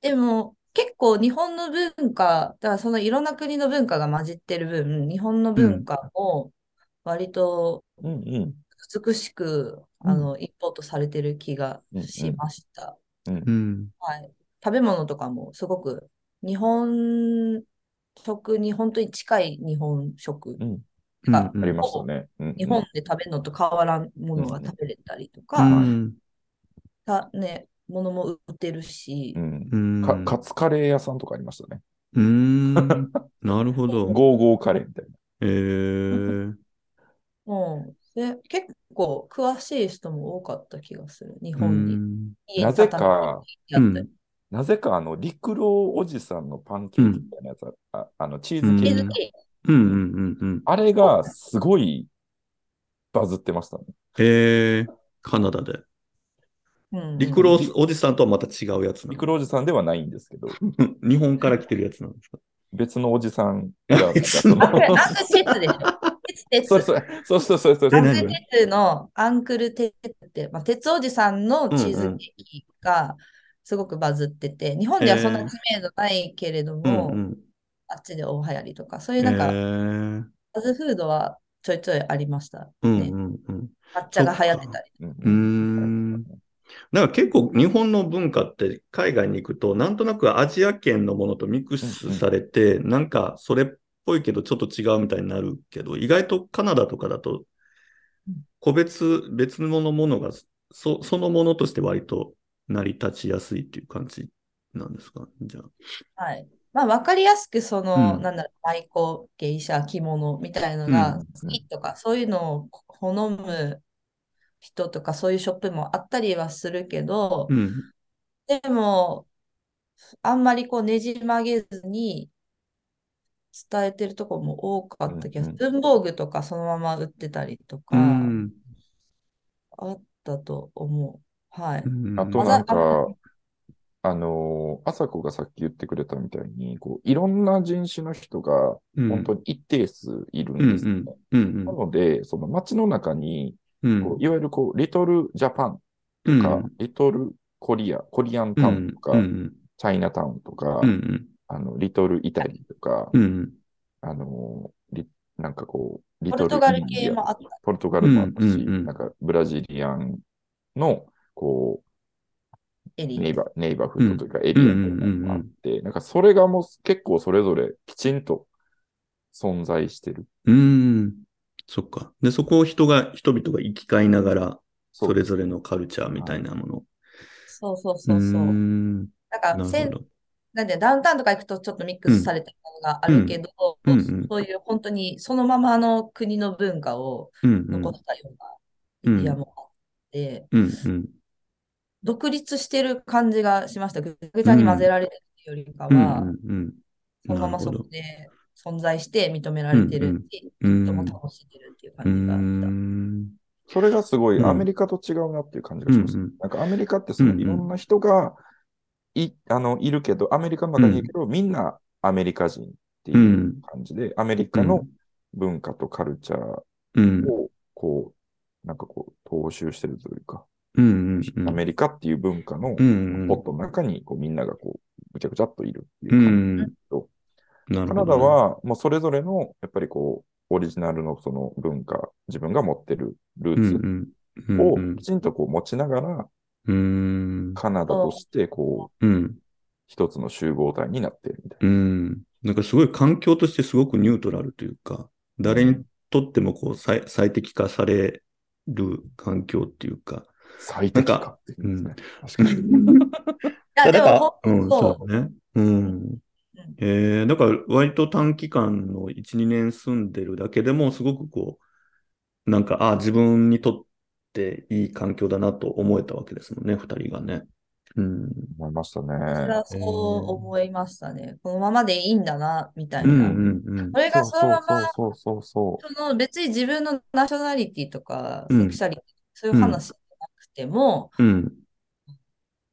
[SPEAKER 3] でも結構日本の文化、だからそのいろんな国の文化が混じってる分、日本の文化も割と
[SPEAKER 2] うんうん
[SPEAKER 3] 美しく、
[SPEAKER 2] うん
[SPEAKER 3] あのインポートされてる気がしました。
[SPEAKER 1] うん。
[SPEAKER 3] はい、食べ物とかもすごく日本食に本当に近い日本
[SPEAKER 2] う
[SPEAKER 3] 食
[SPEAKER 2] ん
[SPEAKER 1] うん
[SPEAKER 3] あ
[SPEAKER 1] うん
[SPEAKER 2] ありましたね。うんうん
[SPEAKER 3] 日本で食べるのと変わらんものが食べれたりとか、
[SPEAKER 1] うん
[SPEAKER 3] たね、ものも売ってるし
[SPEAKER 2] う、ん
[SPEAKER 1] うん
[SPEAKER 2] かカツカレー屋さんとかありましたね。
[SPEAKER 1] うーん。なるほど。
[SPEAKER 2] ゴーゴーカレーみたいな。
[SPEAKER 1] えー。
[SPEAKER 3] もうで結構詳しい人も多かった気がする、日
[SPEAKER 1] う
[SPEAKER 3] 本に。
[SPEAKER 1] ん。
[SPEAKER 3] 家に
[SPEAKER 2] なぜか
[SPEAKER 3] 畳んでやったり
[SPEAKER 2] なぜかあの、陸郎おじさんのパンケーキみたいなやつあ、ああの、チーズケーキ
[SPEAKER 3] チー
[SPEAKER 1] う
[SPEAKER 3] ズ
[SPEAKER 1] ん
[SPEAKER 3] ケーキ
[SPEAKER 1] うんうんうんうん。
[SPEAKER 2] あれがすごいバズってましたね。
[SPEAKER 1] えー。カナダで。
[SPEAKER 3] うん
[SPEAKER 1] リクロスおじさんとはまた違うやつな
[SPEAKER 2] ミ
[SPEAKER 1] の
[SPEAKER 2] クロおじさんではないんですけ ど、
[SPEAKER 1] 日本から来てるやつなんですか
[SPEAKER 2] 別のおじさんが、なんか
[SPEAKER 1] 別
[SPEAKER 2] そ
[SPEAKER 1] の
[SPEAKER 2] の
[SPEAKER 3] アンクルアンクルテツでしょ。テツ
[SPEAKER 2] そう
[SPEAKER 3] テツ。
[SPEAKER 2] そうそうそうそうそう
[SPEAKER 1] で
[SPEAKER 3] ア
[SPEAKER 2] そう
[SPEAKER 1] 何
[SPEAKER 3] ンクルテツのアンクルテツって、まあ、鉄おじさんのチーズケーキがすごくバズってて、日本ではそんな知名度ないけれども、
[SPEAKER 1] うん。
[SPEAKER 3] あっちで大流行りとか、そういううんなんか、
[SPEAKER 1] えー
[SPEAKER 3] ファズフードはちょいちょいありました。
[SPEAKER 1] うん
[SPEAKER 3] ね
[SPEAKER 1] うんうん。
[SPEAKER 3] 抹茶が流行ってたり。
[SPEAKER 1] うーん。なんか結構日本の文化って海外に行くとなんとなくアジア圏のものとミックスされて、なんかそれっぽいけどちょっと違うみたいになるけど、意外とカナダとかだと
[SPEAKER 3] うん
[SPEAKER 1] 個別、別のものがそそのものとして割と成り立ちやすいっていう感じなんですかじゃあ。
[SPEAKER 3] はい。まあ、わかりやすく、その、
[SPEAKER 1] うん
[SPEAKER 3] なんだろう、舞妓、芸者、着物みたいのが
[SPEAKER 2] う
[SPEAKER 3] 好
[SPEAKER 2] ん
[SPEAKER 3] きとか、そういうのを好む人とか、そういうショップもあったりはするけど
[SPEAKER 1] う、ん。
[SPEAKER 3] でも、あんまりこうねじ曲げずに伝えてるとこも多かった気がする。文房具とかそのまま売ってたりと
[SPEAKER 1] う
[SPEAKER 3] か、
[SPEAKER 1] ん。
[SPEAKER 3] あったと思う。はい。
[SPEAKER 1] うん
[SPEAKER 2] あとなん
[SPEAKER 3] あ
[SPEAKER 2] か
[SPEAKER 3] ざ、
[SPEAKER 2] あのー、朝子がさっき言ってくれたみたいに、こういろんな人種の人が本当に一定数いるんですよね。
[SPEAKER 1] うん
[SPEAKER 2] なので、その街の中に、
[SPEAKER 1] うん
[SPEAKER 2] こういわゆるこう、リトルジャパン
[SPEAKER 1] うん
[SPEAKER 2] とか、リトルコリア、コリアンタウンとか、
[SPEAKER 1] うん
[SPEAKER 2] チャイナタウンとか、
[SPEAKER 1] うん
[SPEAKER 2] あのリトルイタリーとか、
[SPEAKER 1] うん
[SPEAKER 2] あのーリなんかこう、リ
[SPEAKER 3] ポ
[SPEAKER 2] ト
[SPEAKER 3] ル
[SPEAKER 2] ル
[SPEAKER 3] トガル
[SPEAKER 2] インディ
[SPEAKER 3] 系
[SPEAKER 2] ア
[SPEAKER 3] もあった。
[SPEAKER 2] ポルトガルもあったし、
[SPEAKER 1] うんうんうん
[SPEAKER 2] なんかブラジリアンのこ
[SPEAKER 3] エ
[SPEAKER 2] う
[SPEAKER 3] リ
[SPEAKER 2] ネイ
[SPEAKER 3] ー。
[SPEAKER 2] バーネイバーフードというかエリアみたいなのがあって、なんかそれがもう結構それぞれきちんと存在してる。
[SPEAKER 1] うん。そっか。で、そこを人が、人々が行き交いながら、
[SPEAKER 2] う
[SPEAKER 1] それぞれのカルチャーみたいなもの。
[SPEAKER 3] そうそうそうそう
[SPEAKER 1] ー
[SPEAKER 3] う。
[SPEAKER 1] ん
[SPEAKER 3] なんか、
[SPEAKER 1] な
[SPEAKER 3] せ
[SPEAKER 1] る
[SPEAKER 3] ん
[SPEAKER 1] ほど。
[SPEAKER 3] なんでダウンタウンとか行くとちょっとミックスされたものがあるけど、
[SPEAKER 1] うんうんうん
[SPEAKER 3] そういう本当にそのままの国の文化を
[SPEAKER 1] うんうん。
[SPEAKER 3] 残したようなエリアもあって、
[SPEAKER 1] うんうん。
[SPEAKER 3] 独立してる感じがしました。ぐちゃぐちゃに混ぜられてるよりか
[SPEAKER 1] うん
[SPEAKER 3] は、
[SPEAKER 1] うんうん。
[SPEAKER 3] そのま
[SPEAKER 1] な
[SPEAKER 3] ま
[SPEAKER 1] る
[SPEAKER 3] そ
[SPEAKER 1] ほ
[SPEAKER 3] こ
[SPEAKER 1] ど。
[SPEAKER 3] で存在して認められてるし、
[SPEAKER 1] うんうん
[SPEAKER 3] 人も楽しんでるっていう
[SPEAKER 1] うー
[SPEAKER 3] 感じがあった。
[SPEAKER 1] ん。
[SPEAKER 2] それがすご
[SPEAKER 1] う
[SPEAKER 2] い
[SPEAKER 1] ん
[SPEAKER 2] アメリカと違うなっていう感じがします。
[SPEAKER 1] うんうん
[SPEAKER 2] なんかアメリカってその
[SPEAKER 1] うんうん
[SPEAKER 2] いろんな人がい,、あのいるけど、アメリカの中にいるけど、みんなアメリカ人っていう感じで、アメリカの文化とカルチャー
[SPEAKER 1] うん。
[SPEAKER 2] をこう、なんかこう、踏襲してるというか、
[SPEAKER 1] うんうん。
[SPEAKER 2] アメリカっていう文化の
[SPEAKER 1] う
[SPEAKER 2] ポ
[SPEAKER 1] ん
[SPEAKER 2] ットの中にこうみんながこう、ぐちゃぐちゃっといるっていう
[SPEAKER 1] う
[SPEAKER 2] 感
[SPEAKER 1] ん。
[SPEAKER 2] じ
[SPEAKER 1] なるほど。
[SPEAKER 2] カナダ、は、もうそれぞれの、やっぱりこう、オリジナルのその文化、自分が持ってるル
[SPEAKER 1] うんう
[SPEAKER 2] ーツ
[SPEAKER 1] ん。うん
[SPEAKER 2] を
[SPEAKER 1] うん
[SPEAKER 2] きちんとこう持ちながら、
[SPEAKER 1] うん。
[SPEAKER 2] カナダとして、こう、
[SPEAKER 1] うん。
[SPEAKER 2] 一つの集合体になってるみたい
[SPEAKER 1] うん。なんかすごい環境としてすごくニュートラルというか、誰にとってもこう最最適化される環境っていう か。
[SPEAKER 2] な。最適化っていうんですね。確かに。
[SPEAKER 3] いや、で
[SPEAKER 1] だ
[SPEAKER 3] も
[SPEAKER 1] か、ら、
[SPEAKER 3] 本
[SPEAKER 1] うん、
[SPEAKER 3] 当そう
[SPEAKER 1] そうね。うん。えー、だから割と短期間の1、2年住んでるだけでも、すごくこう、なんか、ああ、自分にとっていい環境だなと思えたわけですもんね、二人がね。うん。
[SPEAKER 2] 思いました
[SPEAKER 3] 私
[SPEAKER 2] ね。
[SPEAKER 3] はそう思いましたね。このままでいいんだな、みたい
[SPEAKER 1] うんう
[SPEAKER 3] な。
[SPEAKER 1] んうん
[SPEAKER 3] そ。れがそのまま、
[SPEAKER 2] そうそうそうそうそう。
[SPEAKER 3] その別に自分のナショナリティとか、
[SPEAKER 1] うん
[SPEAKER 3] セクシャリティ、そういう話じゃなくても、
[SPEAKER 1] うん。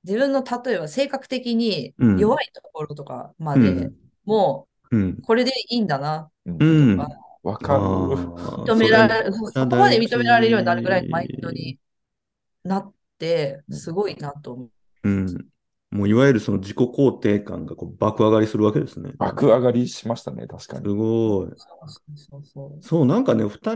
[SPEAKER 3] 自分の例えば性格的に
[SPEAKER 1] うん
[SPEAKER 3] 弱いところとかま
[SPEAKER 1] う
[SPEAKER 3] で、
[SPEAKER 1] ん。
[SPEAKER 3] も
[SPEAKER 1] うん
[SPEAKER 3] う。これでいいんだな、
[SPEAKER 1] う
[SPEAKER 2] うん
[SPEAKER 1] ん。
[SPEAKER 2] わかる。
[SPEAKER 1] 認
[SPEAKER 3] 認められ
[SPEAKER 1] る。
[SPEAKER 3] る、そこまで認められるようになるぐらいのマインドになって、
[SPEAKER 2] うん
[SPEAKER 3] すごいなと思う。
[SPEAKER 1] うん。もういわゆるその自己肯定感がこう爆上がりするわけですね。
[SPEAKER 2] 爆上がりしましたね、確か
[SPEAKER 1] す
[SPEAKER 2] に。
[SPEAKER 1] ごい。
[SPEAKER 3] そうそうそう
[SPEAKER 1] そう、なんかね、二人、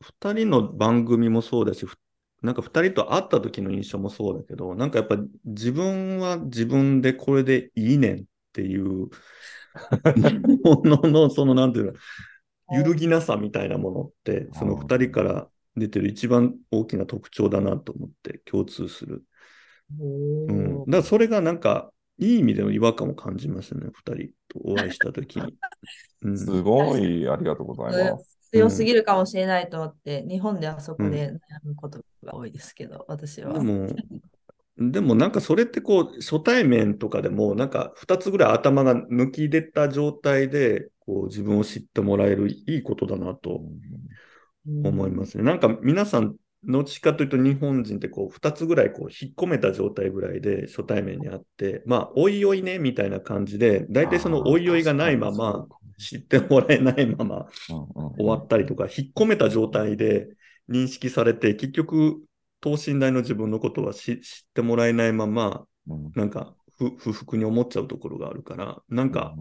[SPEAKER 1] 二人の番組もそうだし、ふなんか二人と会った時の印象もそうだけど、なんかやっぱ自分は自分でこれでいいねんっていう ものの、そのなんていうの、揺るぎなさみたいなものって、その二人から出てる一番大きな特徴だなと思って共通する。うん、だからそれがなんか、いい意味での違和感を感じましたね、二人とお会いした時に。うん、
[SPEAKER 2] すごい、ありがとうございます。
[SPEAKER 3] 強すぎるかもしれないと思って、日本ではそこで悩むことが多いですけど、私は。
[SPEAKER 1] でも、でもなんかそれってこう、初対面とかでも、なんか2つぐらい頭が抜き出た状態で、こう自分を知ってもらえるいいことだなと思いますね。なんか皆さん、どっちかというと日本人ってこう2つぐらいこう引っ込めた状態ぐらいで初対面にあって、まあ、おいおいねみたいな感じで、大体そのおいおいがないまま、知ってもらえないまま
[SPEAKER 2] うんうんうん
[SPEAKER 1] 終わったりとか、引っ込めた状態で認識されて、結局、等身大の自分のことはし知ってもらえないまま、
[SPEAKER 2] うん
[SPEAKER 1] なんかふ不服に思っちゃうところがあるから、なんか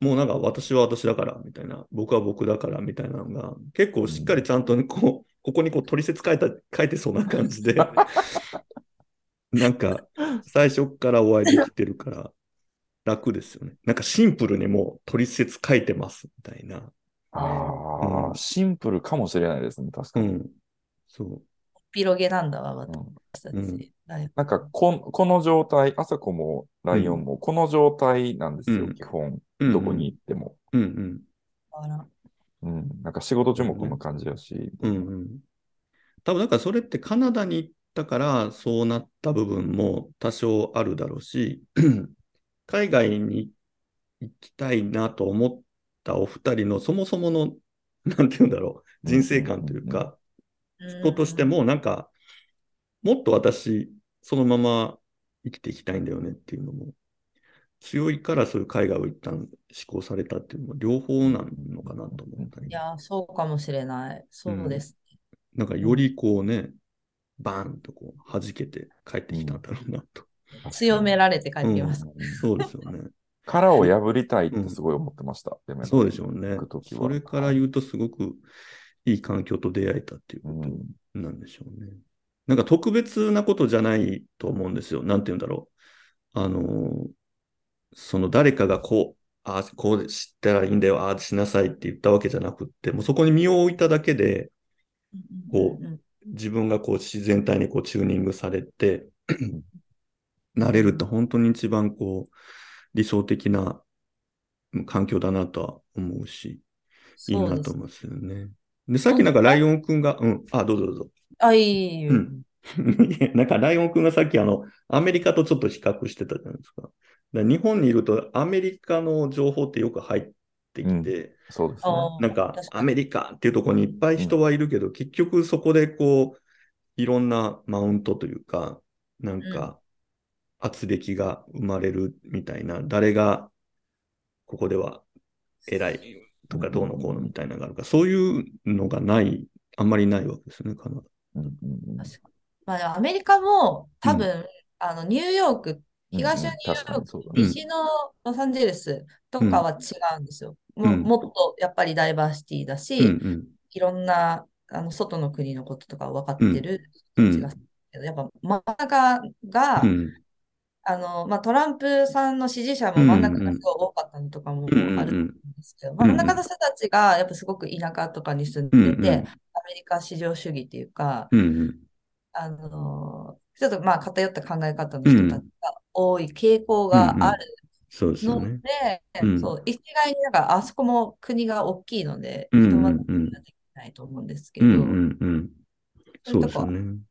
[SPEAKER 2] う、
[SPEAKER 1] もうなんか私は私だからみたいな、僕は僕だからみたいなのが、結構しっかりちゃんとねこう、ここにこう取説書いた書いてそうな感じで、なんか最初からお会いできてるから楽ですよね。なんかシンプルにもう取説書いてますみたいな。
[SPEAKER 2] あ
[SPEAKER 1] うん
[SPEAKER 2] あ、シンプルかもしれないですね、確か
[SPEAKER 1] う
[SPEAKER 2] に。
[SPEAKER 1] ん。そう。
[SPEAKER 3] 広げなんだわ、
[SPEAKER 2] う
[SPEAKER 3] 私
[SPEAKER 2] ん
[SPEAKER 3] たち。
[SPEAKER 1] うん
[SPEAKER 2] なんかこん、この状態、あさこもライオンも、この状態なんですよ、
[SPEAKER 1] うん
[SPEAKER 2] 基本、
[SPEAKER 1] うんうん
[SPEAKER 2] どこに行っても。
[SPEAKER 1] うんうん。
[SPEAKER 2] うん、なんか仕事中もこの感じやし、
[SPEAKER 1] うんうん。多分なんかそれってカナダに行ったからそうなった部分も多少あるだろうし、 海外に行きたいなと思ったお二人のそもそもの、なんて言うんだろう、人生観というか、人としてもなんか、もっと私、そのまま生きていきたいんだよねっていうのも、強いからそういう海外を一旦志向されたっていうのも両方なのかなと思ったり
[SPEAKER 3] い。や、そうかもしれない。そうです。
[SPEAKER 1] なんかよりこうね、バーンとこう弾けて帰ってきたんだろうなと。
[SPEAKER 3] 強められて帰ってきます。
[SPEAKER 1] そうですよね。
[SPEAKER 2] 殻を破りたいってすごい思ってました。でも
[SPEAKER 1] そうでしょうね
[SPEAKER 2] 行く。時は
[SPEAKER 1] それから言うとすごくいい環境と出会えたっていうこ
[SPEAKER 2] うん
[SPEAKER 1] となんでしょうね。なんか特別なことじゃないと思うんですよ。なんて言うんだろう。あのーその誰かがこう、ああ、こうしたらいいんだよ、ああしなさいって言ったわけじゃなくって、もうそこに身を置いただけで、こ
[SPEAKER 3] うん
[SPEAKER 1] 自分がこう自然体にこうチューニングされて、なれるって本当に一番こう理想的なうん環境だなとは思うし、いい
[SPEAKER 3] そう
[SPEAKER 1] な
[SPEAKER 3] です
[SPEAKER 1] と思いますよね。で、さっきなんかライオンくんが、うん、あ、どうぞどうぞ。
[SPEAKER 3] あ、いいいい。
[SPEAKER 1] うんいやなんか ライオンくんがさっきあの、アメリカとちょっと比較してたじゃないですか。だから日本にいるとアメリカの情報ってよく入ってきて、
[SPEAKER 2] そうですね。
[SPEAKER 3] あー
[SPEAKER 1] なんか
[SPEAKER 3] 確か
[SPEAKER 1] ア
[SPEAKER 3] に
[SPEAKER 1] メリカっていうところにいっぱい人はいるけど、結局そこでこう、いろんなマウントというか、なんか、圧力が生まれるみたいな、誰がここでは偉いとかどうのこうのみたいなのがあるか、そういうのがない、あんまりないわけですね、カナダ。
[SPEAKER 2] うんうんうん
[SPEAKER 3] 確かにまあでもアメリカも多分、あのニューヨーク、東のニューヨーク
[SPEAKER 2] 確かにそうだね
[SPEAKER 1] うん
[SPEAKER 3] 西のロサンゼルスとかは違うんですよ。
[SPEAKER 1] ん
[SPEAKER 3] もうもっとやっぱりダイバーシティだし、
[SPEAKER 1] うん
[SPEAKER 3] いろんなあの外の国のこととか分かってる
[SPEAKER 1] うん。う
[SPEAKER 3] 人たち
[SPEAKER 1] ん
[SPEAKER 3] が、けどやっぱ真ん中が、
[SPEAKER 1] うん
[SPEAKER 3] あのまあ、トランプさんの支持者も真ん中がすごい多かったのとかも
[SPEAKER 1] うん
[SPEAKER 3] ある
[SPEAKER 1] うんん
[SPEAKER 3] ですけど、
[SPEAKER 1] んうん
[SPEAKER 3] 真ん中の人たちがやっぱすごく田舎とかに住んでて、
[SPEAKER 1] うんうん
[SPEAKER 3] アメリカ至上主義っていうか、
[SPEAKER 1] うんうん
[SPEAKER 3] あのちょっとまあ偏った考え方の人たちが多い傾向がある
[SPEAKER 1] そうですよ
[SPEAKER 3] ので、
[SPEAKER 1] ね。うん
[SPEAKER 3] そう一概になんかあそこも国が大きいので、
[SPEAKER 1] うんうん
[SPEAKER 3] 人まではできないと思うんですけ
[SPEAKER 1] う
[SPEAKER 3] ど、
[SPEAKER 1] んうんうん。そうですよ
[SPEAKER 3] そうい
[SPEAKER 1] ね。
[SPEAKER 3] うん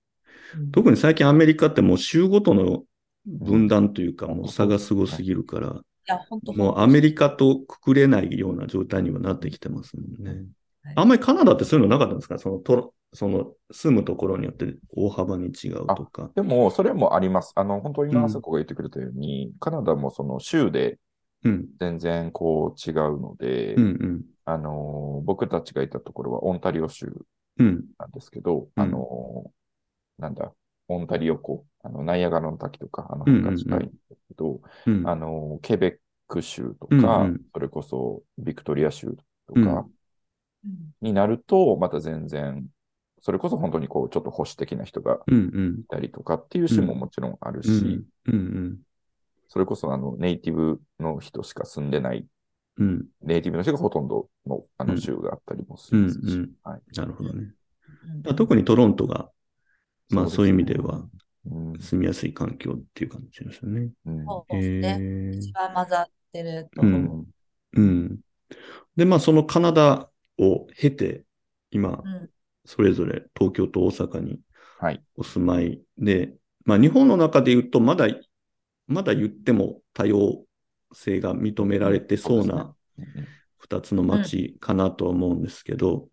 [SPEAKER 1] 特に最近アメリカってもう州ごとの分断というか、
[SPEAKER 2] うん
[SPEAKER 1] もう差がすごすぎるから、
[SPEAKER 3] いや、本当、
[SPEAKER 1] もうアメリカとくくれないような状態にはなってきてますもんね。
[SPEAKER 3] はい
[SPEAKER 1] あんまりカナダってそういうのなかったんですかそのとその住むところによって大幅に違うとか。
[SPEAKER 2] でも、それもあります。あの、本当に
[SPEAKER 1] うん
[SPEAKER 2] 今、あそこが言ってくれたように、カナダもその州で
[SPEAKER 1] うん。
[SPEAKER 2] 全然こう違うので、
[SPEAKER 1] うんうん。
[SPEAKER 2] あのー、僕たちがいたところはオンタリオ州
[SPEAKER 1] うん。
[SPEAKER 2] なんですけど、
[SPEAKER 1] うん
[SPEAKER 2] あのー、なんだ、オンタリオ湖、あの、ナイアガラの滝とか、あの辺が近いんですけど、
[SPEAKER 1] うん。
[SPEAKER 2] あの、ケベック州とか、
[SPEAKER 1] うんうん
[SPEAKER 2] それこそビクトリア州とか
[SPEAKER 3] うん
[SPEAKER 2] になると、また全然、それこそ本当にこう、ちょっと保守的な人が
[SPEAKER 1] うんうん。
[SPEAKER 2] いたりとかっていう州ももちろんあるし、
[SPEAKER 1] うんうん
[SPEAKER 2] それこそあの、ネイティブの人しか住んでない、
[SPEAKER 1] うん。うん。
[SPEAKER 2] ネイティブの人がほとんどのあ
[SPEAKER 1] う
[SPEAKER 2] の
[SPEAKER 1] ん
[SPEAKER 2] 州があったりもしますし、
[SPEAKER 1] うんうん
[SPEAKER 2] はい。
[SPEAKER 1] なるほどね。
[SPEAKER 3] うん
[SPEAKER 1] だから特にトロントが、まあ
[SPEAKER 2] ですね
[SPEAKER 1] そういう意味では、
[SPEAKER 2] うん
[SPEAKER 1] 住みやすい環境っていう感じですよね。
[SPEAKER 2] うん
[SPEAKER 3] そう
[SPEAKER 1] へ
[SPEAKER 3] ですね。
[SPEAKER 1] え。
[SPEAKER 3] 一番混ざってると
[SPEAKER 1] う
[SPEAKER 3] 思う。
[SPEAKER 1] んうん。で、まあそのカナダを経て、今
[SPEAKER 3] う、ん
[SPEAKER 1] それぞれ東京と大阪に
[SPEAKER 2] はい。
[SPEAKER 1] お住まいで、まあ、日本の中で言うと、まだ、まだ言っても多様性が認められてそうな2つの町かなとは思うんですけど、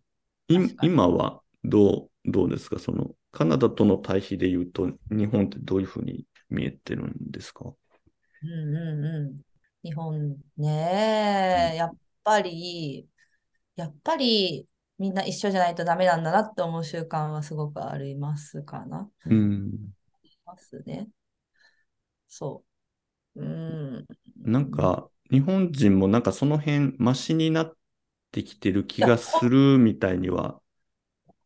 [SPEAKER 1] い
[SPEAKER 3] 確かに
[SPEAKER 1] 今はどう、どうですかその、カナダとの対比で言うと、日本ってどういうふうに見えてるんですか
[SPEAKER 3] うんうんうん。日本ね、やっぱり、やっぱりみんな一緒じゃないとダメなんだなって思う習慣はすごくありますかな。
[SPEAKER 1] うん。
[SPEAKER 3] ますね。そう。うん。
[SPEAKER 1] なんか、日本人もなんかその辺、マシになってきてる気がするみたいには、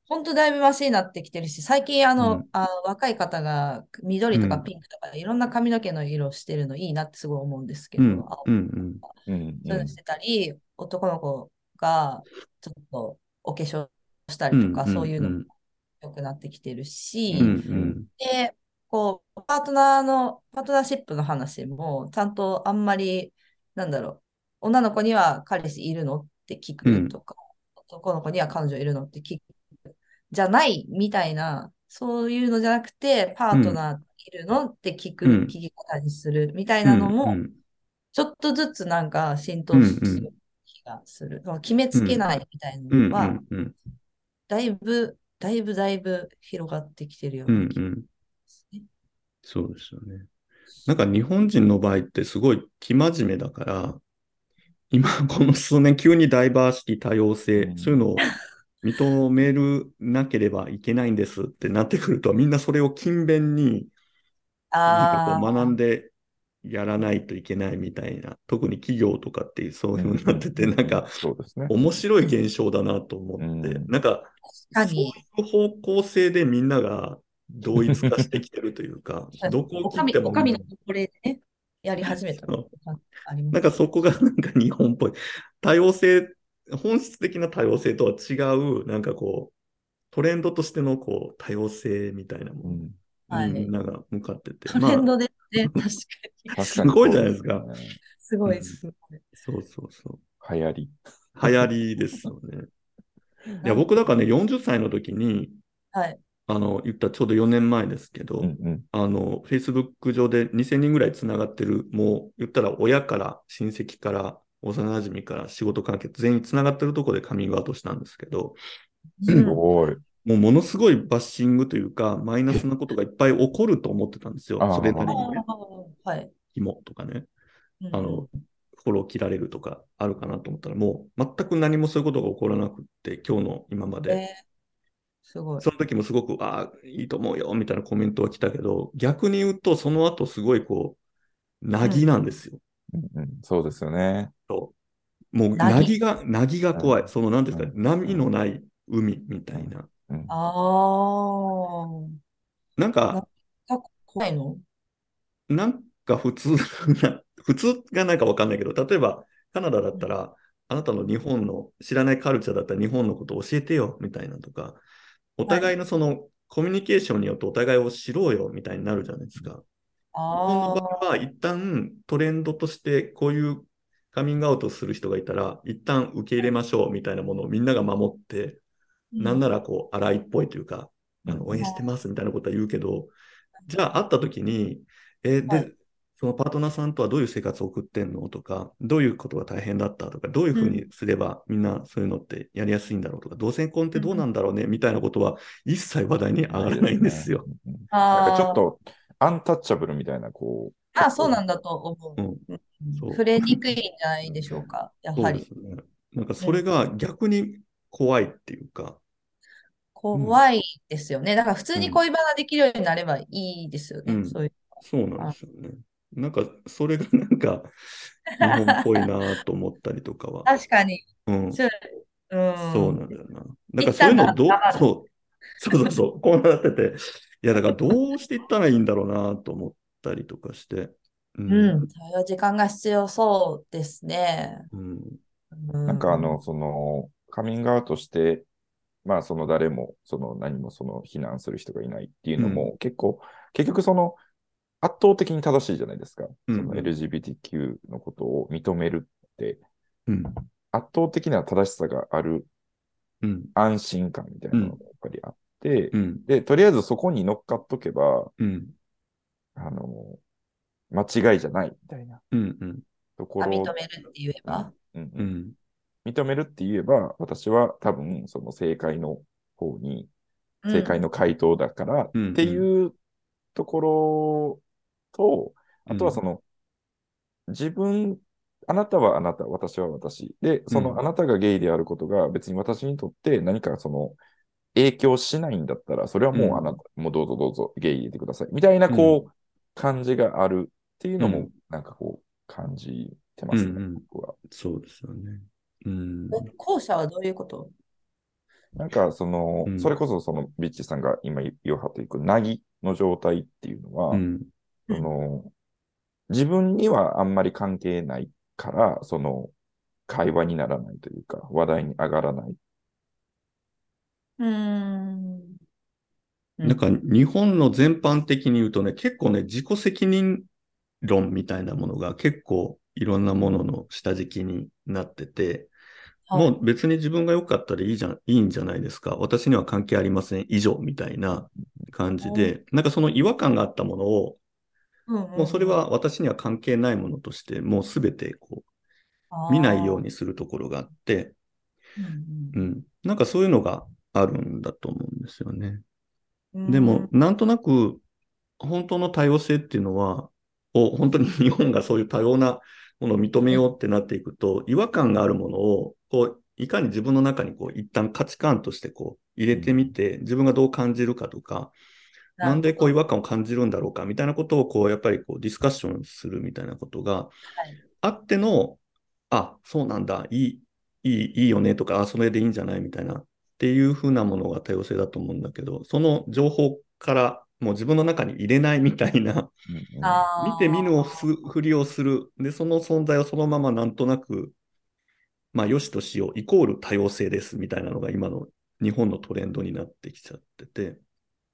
[SPEAKER 3] 本当だいぶマシになってきてるし、最近あ
[SPEAKER 1] う
[SPEAKER 3] の
[SPEAKER 1] ん、
[SPEAKER 3] あの若い方が緑と
[SPEAKER 1] う
[SPEAKER 3] か
[SPEAKER 1] ん
[SPEAKER 3] ピンクとかいろんな髪の毛の色をしてるのいいなってすごい思うんですけ
[SPEAKER 1] う
[SPEAKER 3] ど、
[SPEAKER 1] ん
[SPEAKER 3] 青、
[SPEAKER 1] うん、うん、
[SPEAKER 2] うんうん
[SPEAKER 3] そういうのしてたり、男の子がちょっとお化粧したりとか、
[SPEAKER 1] うん
[SPEAKER 3] そういうのも良くなってきてるし、
[SPEAKER 1] うん、うん、
[SPEAKER 3] で、こう、パートナーの、パートナーシップの話も、ちゃんとあんまり、なんだろう、女の子には彼氏いるのって聞
[SPEAKER 1] うん
[SPEAKER 3] くとか、男の子には彼女いるのって聞く、じゃないみたいな、そういうのじゃなくて、パートナーいるのって聞く、
[SPEAKER 1] うん
[SPEAKER 3] 聞き方にするみたい
[SPEAKER 1] うん
[SPEAKER 3] なの
[SPEAKER 1] う
[SPEAKER 3] も、
[SPEAKER 1] ん
[SPEAKER 3] ちょっとずつなんか浸透して
[SPEAKER 1] うんう
[SPEAKER 3] る気がする。その決めつけないみたい
[SPEAKER 1] うんう
[SPEAKER 3] なのは
[SPEAKER 1] ん、うん
[SPEAKER 3] だいぶ、だいぶだいぶ広がってきてるよ
[SPEAKER 1] う
[SPEAKER 3] うんな気
[SPEAKER 1] う
[SPEAKER 3] が
[SPEAKER 1] ん
[SPEAKER 3] するね。
[SPEAKER 1] そうですよね。なんか日本人の場合ってすごい生真面目だから、今この数年急にダイバーシティ多様性、
[SPEAKER 2] うん
[SPEAKER 1] そういうのを認めるなければいけないんですってなってくると、みんなそれを勤勉になんか
[SPEAKER 3] ああ
[SPEAKER 1] こう学んでやらないといけないみたいな、特に企業とかってそういうのになってて、
[SPEAKER 2] う
[SPEAKER 1] なんか、
[SPEAKER 2] そうですね。
[SPEAKER 1] 面白い現象だなと思って、
[SPEAKER 2] うん
[SPEAKER 1] なんか、
[SPEAKER 3] 確か
[SPEAKER 1] そうい
[SPEAKER 3] に。、
[SPEAKER 1] う方向性でみんなが同一化してきてるというか どこ
[SPEAKER 3] お
[SPEAKER 1] を
[SPEAKER 3] か
[SPEAKER 1] 切っ
[SPEAKER 3] み、
[SPEAKER 1] て
[SPEAKER 3] お
[SPEAKER 1] も、
[SPEAKER 3] かみのこれでね、やり始めた
[SPEAKER 1] そう
[SPEAKER 3] あります
[SPEAKER 1] なんかそこがなんか日本っぽい。多様性、本質的な多様性とは違う、なんかこう、トレンドとしてのこう多様性みたいなも
[SPEAKER 2] う
[SPEAKER 1] の
[SPEAKER 2] ん
[SPEAKER 3] はい
[SPEAKER 1] にみんなが向かってて。
[SPEAKER 3] トレン
[SPEAKER 1] まあ、
[SPEAKER 3] ドです ね、確かに。
[SPEAKER 2] 確
[SPEAKER 1] す
[SPEAKER 2] かに
[SPEAKER 1] ごいじゃないですか
[SPEAKER 2] そうね。
[SPEAKER 3] すごい、すごい。
[SPEAKER 1] そうそうそ
[SPEAKER 2] 流行り。
[SPEAKER 1] う。流行りですよね。いや、僕だからね、40歳の時に、
[SPEAKER 3] はい
[SPEAKER 1] あの、言ったちょうど4年前ですけど、
[SPEAKER 2] うんうん。
[SPEAKER 1] あの、Facebook 上で2000人ぐらいつながってる、もう言ったら親から親戚から幼馴染から仕事関係全員つながってるところでカミングアウトしたんですけど、
[SPEAKER 2] す
[SPEAKER 3] うん
[SPEAKER 2] ごい。
[SPEAKER 1] もうものすごいバッシングというか、マイナスなことがいっぱい起こると思ってたんですよ
[SPEAKER 2] あ。ー
[SPEAKER 1] それなり
[SPEAKER 3] あ
[SPEAKER 1] にね、
[SPEAKER 3] ーはい。
[SPEAKER 1] 紐とかね、
[SPEAKER 3] うん
[SPEAKER 1] あの、フォロー切られるとかあるかなと思ったら、もう全く何もそういうことが起こらなくって、今日の今ま
[SPEAKER 3] えー
[SPEAKER 1] で。
[SPEAKER 3] すごい。
[SPEAKER 1] その時もすごく、ああ、いいと思うよ、みたいなコメントは来たけど、逆に言うと、その後すごいこう、なぎなんですよ。
[SPEAKER 2] うんうん、そうですよね。
[SPEAKER 1] そう。もう、
[SPEAKER 3] な
[SPEAKER 1] な
[SPEAKER 3] ぎ
[SPEAKER 1] ぎが、なぎが怖い。
[SPEAKER 2] うん
[SPEAKER 1] その、なんていうんですか、
[SPEAKER 2] うん
[SPEAKER 1] 波のない海みたいな。
[SPEAKER 2] うん
[SPEAKER 3] ああ。
[SPEAKER 1] なんか、
[SPEAKER 3] 怖いの
[SPEAKER 1] なんか普通な、普通がなんかわかんないけど、例えば、カナダだったら、あなたの日本の知らないカルチャーだったら日本のことを教えてよ、みたいなとか、お互いのその、コミュニケーションによってお互いを知ろうよ、みたいになるじゃないですか。日本の
[SPEAKER 3] あ
[SPEAKER 1] 場合は、一旦トレンドとして、こういうカミングアウトする人がいたら、一旦受け入れましょう、みたいなものをみんなが守って、
[SPEAKER 3] ー
[SPEAKER 1] なんならこう、荒いっぽいというか、あ
[SPEAKER 2] うん
[SPEAKER 1] の応援してますみたいなことは言うけど、じゃあ会った時に、えー
[SPEAKER 3] は
[SPEAKER 1] で、そのパートナーさんとはどういう生活を送ってんのとか、どういうことが大変だったとか、どういうふうにすればみんなそういうのってやりやすいんだろうとか、同性婚ってどうなんだろうねみたいなことは一切話題に上がらないんですよ。。
[SPEAKER 2] うんうんなん
[SPEAKER 3] あ
[SPEAKER 2] か
[SPEAKER 3] ー
[SPEAKER 2] ちょっとアンタッチャブルみたいな、こ
[SPEAKER 3] あー、そうなんだと思う。
[SPEAKER 1] うんそう
[SPEAKER 3] 触れにくいんじゃないでしょうか、や
[SPEAKER 1] そ
[SPEAKER 3] は
[SPEAKER 1] うで
[SPEAKER 3] り
[SPEAKER 1] す。ね。なんかそれが逆に怖いっていうか、
[SPEAKER 3] 怖いですよね。だから普通に恋バナできるようになればいいですよね。
[SPEAKER 1] うん
[SPEAKER 3] そういう。
[SPEAKER 1] そうなんですよね。なんかそれがなんか日本っぽいなと思ったりとかは。
[SPEAKER 3] 確かに。
[SPEAKER 1] うん
[SPEAKER 3] そううん。
[SPEAKER 1] そうなんだよな。だから
[SPEAKER 3] 一
[SPEAKER 1] そういう
[SPEAKER 3] 旦が
[SPEAKER 1] のどう
[SPEAKER 3] 上がる、
[SPEAKER 1] そう、そうそうそう、こうなってて、いや、だからどうしていったらいいんだろうなと思ったりとかして、う
[SPEAKER 3] うん。対応時間が必要そうですね。
[SPEAKER 1] うん、
[SPEAKER 2] う、なんかあの、その、カミングアウトして、まあその誰も、その何もその非難する人がいないっていうのも、結構、結局その、圧倒的に正しいじゃないですか。
[SPEAKER 1] うん
[SPEAKER 2] その LGBTQ のことを認めるって、
[SPEAKER 1] うん、
[SPEAKER 2] 圧倒的な正しさがある
[SPEAKER 1] うん、
[SPEAKER 2] 安心感みたいなのがやっぱりあって、
[SPEAKER 1] うん、
[SPEAKER 2] で、とりあえずそこに乗っかっとけば、
[SPEAKER 1] うん、
[SPEAKER 2] あの、間違いじゃないみたいな
[SPEAKER 1] うん、うん、
[SPEAKER 2] とこ
[SPEAKER 3] あ
[SPEAKER 2] ろ。
[SPEAKER 3] 認めるって言えば。
[SPEAKER 2] うんう
[SPEAKER 1] うんん、
[SPEAKER 2] 認めるって言えば、私は多分その正解の方に、
[SPEAKER 3] うん
[SPEAKER 2] 正解の回答だからっ
[SPEAKER 1] うん
[SPEAKER 2] ていうところと、
[SPEAKER 1] うん
[SPEAKER 2] あとはその、自分、あなたはあなた、私は私。で、そうの
[SPEAKER 1] ん
[SPEAKER 2] あなたがゲイであることが別に私にとって何かその影響しないんだったら、それはもうあなた、もうどうぞどうぞゲイ入れてください。みたいなこう、感じがあるっていうの
[SPEAKER 1] う
[SPEAKER 2] も
[SPEAKER 1] ん、
[SPEAKER 2] なんかこう、感じてますね、
[SPEAKER 1] うんうん
[SPEAKER 2] 僕は。
[SPEAKER 1] そうですよね。うん、
[SPEAKER 3] え後者はどういうこと
[SPEAKER 2] なんか、その、
[SPEAKER 1] うん
[SPEAKER 2] それこそ、その、ビッチさんが今言おうはっていく、なぎの状態っていうのは、
[SPEAKER 1] うん、
[SPEAKER 2] その、自分にはあんまり関係ないから、その、会話にならないというか、話題に上がらない。
[SPEAKER 3] うーん。
[SPEAKER 1] なんか日本の全般的に言うとね、結構ね、自己責任論みたいなものが結構いろんなものの下敷きになってて、
[SPEAKER 3] はい
[SPEAKER 1] もう別に自分が良かったらいいじゃん、いいんじゃないですか。私には関係ありません。以上みたいな感じで、なんかその違和感があったものを、も
[SPEAKER 3] も
[SPEAKER 1] うそれは私には関係ないものとして、もうすべてこう見ないようにするところがあって、
[SPEAKER 3] に。
[SPEAKER 1] うん。なんかそういうのがあるんだと思うんですよね。
[SPEAKER 3] うん
[SPEAKER 1] でも、、なんとなく、本当の多様性っていうのは、を本当に 日本がそういう多様なものを認めようってなっていくと、違和感があるものを、こう、いかに自分の中にこう、一旦価値観としてこう、入れてみて、自分がどう感じるかとか、なんでこう違和感を感じるんだろうかみたいなことをこうやっぱりこうディスカッションするみたいなことがあっての、あそうなんだいいいいいいよねとかあそれでいいんじゃないみたいなっていう風なものが多様性だと思うんだけどその情報からもう自分の中に入れないみたい な
[SPEAKER 2] うんうん
[SPEAKER 3] あー
[SPEAKER 1] 見て見ぬをふふりをする。で、その存在をそのままなんとなく、まあ、よしとしよう、イコール多様性です、みたいなのが今の日本のトレンドになってきちゃってて。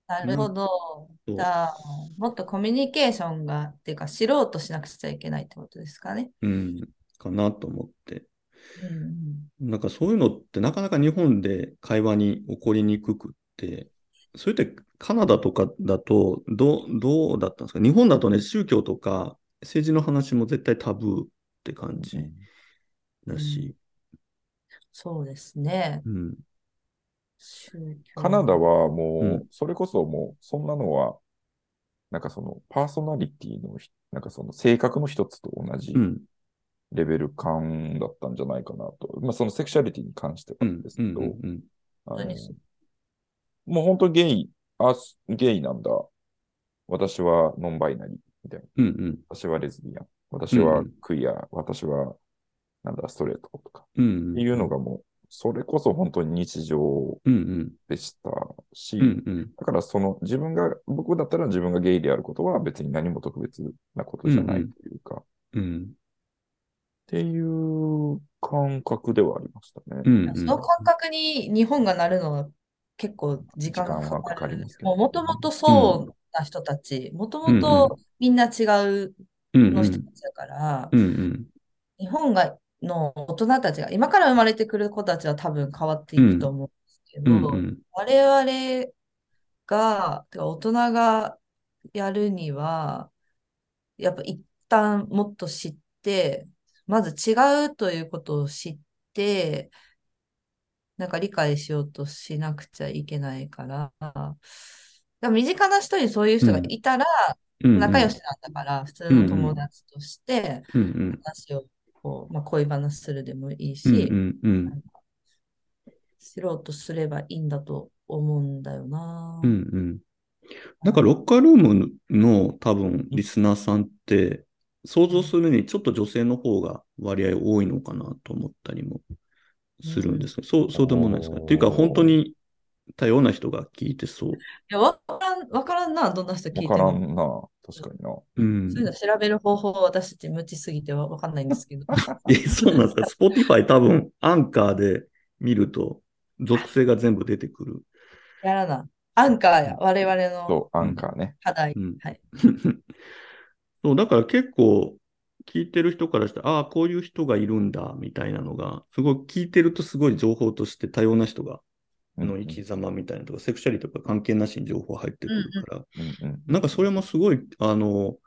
[SPEAKER 3] なるほど。
[SPEAKER 1] そう
[SPEAKER 3] じゃあ、もっとコミュニケーションが、っていうか、知ろうとしなくちゃいけないってことですかね。
[SPEAKER 1] うん、かなと思って。
[SPEAKER 3] うんうん
[SPEAKER 1] なんかそういうのってなかなか日本で会話に起こりにくくって、それってカナダとかだとどう、どうだったんですか日本だとね、宗教とか政治の話も絶対タブーって感じだし。
[SPEAKER 3] そうですね。
[SPEAKER 1] うん。
[SPEAKER 3] 宗教
[SPEAKER 2] カナダはもう、
[SPEAKER 1] うん
[SPEAKER 2] それこそもう、そんなのは、なんかそのパーソナリティのひ、なんかその性格の一つと同じ
[SPEAKER 1] うん。
[SPEAKER 2] レベル感だったんじゃないかなと。まあそのセクシャリティに関して
[SPEAKER 1] う
[SPEAKER 2] は
[SPEAKER 1] ん
[SPEAKER 2] です
[SPEAKER 1] う
[SPEAKER 2] け
[SPEAKER 1] ん
[SPEAKER 2] ど、
[SPEAKER 1] うんうん
[SPEAKER 2] あの
[SPEAKER 3] 何そ
[SPEAKER 2] もう本当ゲイ、あ、すゲイなんだ。私はノンバイナリーみたいな。
[SPEAKER 1] うんうん
[SPEAKER 2] 私はレズビアン。私は
[SPEAKER 1] うん
[SPEAKER 2] クイア。私は、なんだ、ストレートとか。
[SPEAKER 1] うん
[SPEAKER 2] っていうのがもう、それこそ本当に日常
[SPEAKER 1] うんうん
[SPEAKER 2] でしたし、
[SPEAKER 1] うんうん
[SPEAKER 2] だからその自分が、僕だったら自分がゲイであることは別に何も特別なことじゃないというか、っ
[SPEAKER 1] うん
[SPEAKER 2] ていう感覚ではありましたね。
[SPEAKER 1] うん
[SPEAKER 3] その感覚に日本がなるのは結構時間が
[SPEAKER 2] 時間は
[SPEAKER 3] か
[SPEAKER 2] か
[SPEAKER 3] か
[SPEAKER 2] か
[SPEAKER 3] る
[SPEAKER 2] り
[SPEAKER 3] んで
[SPEAKER 2] ます
[SPEAKER 3] す
[SPEAKER 2] けど
[SPEAKER 3] もうもともとそうな人たち、もともとみんな違う
[SPEAKER 1] うん
[SPEAKER 3] の人たちだから、
[SPEAKER 1] うんうん
[SPEAKER 3] 日本がの大人たちが、今から生まれてくる子たちは多分変わっていくと思うんですけ
[SPEAKER 1] う
[SPEAKER 3] ど、
[SPEAKER 1] んうん
[SPEAKER 3] 我々が、てか大人がやるには、やっぱ一旦もっと知って、まず違うということを知って、なんか理解しようとしなくちゃいけないから、だから身近な人にそういう人がいたら、
[SPEAKER 1] うん
[SPEAKER 3] 仲良しなんだから、普通の友達として
[SPEAKER 1] うんうん
[SPEAKER 3] 話をこう、まあ、恋話するでもいいし、
[SPEAKER 1] うんうん
[SPEAKER 3] 知ろうとすればいいんだと思うんだよな。
[SPEAKER 1] うんうんなんかロッカールームの多分リスナーさんって想像するにちょっと女性の方が割合多いのかなと思ったりもするんですけど、そうそうでもないですかっていうか本当に多様な人が聞いてそう。
[SPEAKER 3] いや、わからん、わからんな、どんな人聞いて
[SPEAKER 2] わ
[SPEAKER 3] る
[SPEAKER 2] からんな、確かにな。
[SPEAKER 1] うん
[SPEAKER 3] そういうの調べる方法は私たち無知すぎてわわかんないんですけど。
[SPEAKER 1] え、そうなんですか ?Spotify 多分、アンカーで見ると、属性が全部出てくる。
[SPEAKER 3] やらな。アンカーや、我々の
[SPEAKER 2] そう、アンカーね。
[SPEAKER 3] 課題。
[SPEAKER 1] うん
[SPEAKER 3] はい。
[SPEAKER 1] そう、だから結構、聞いてる人からして、ああ、こういう人がいるんだ、みたいなのが、すごい聞いてるとすごい情報として多様な人が、の生き様みたいなとか、セクシャリティとか関係なしに情報入ってくるから、
[SPEAKER 2] うんうん
[SPEAKER 1] なんかそれもすごい、あの、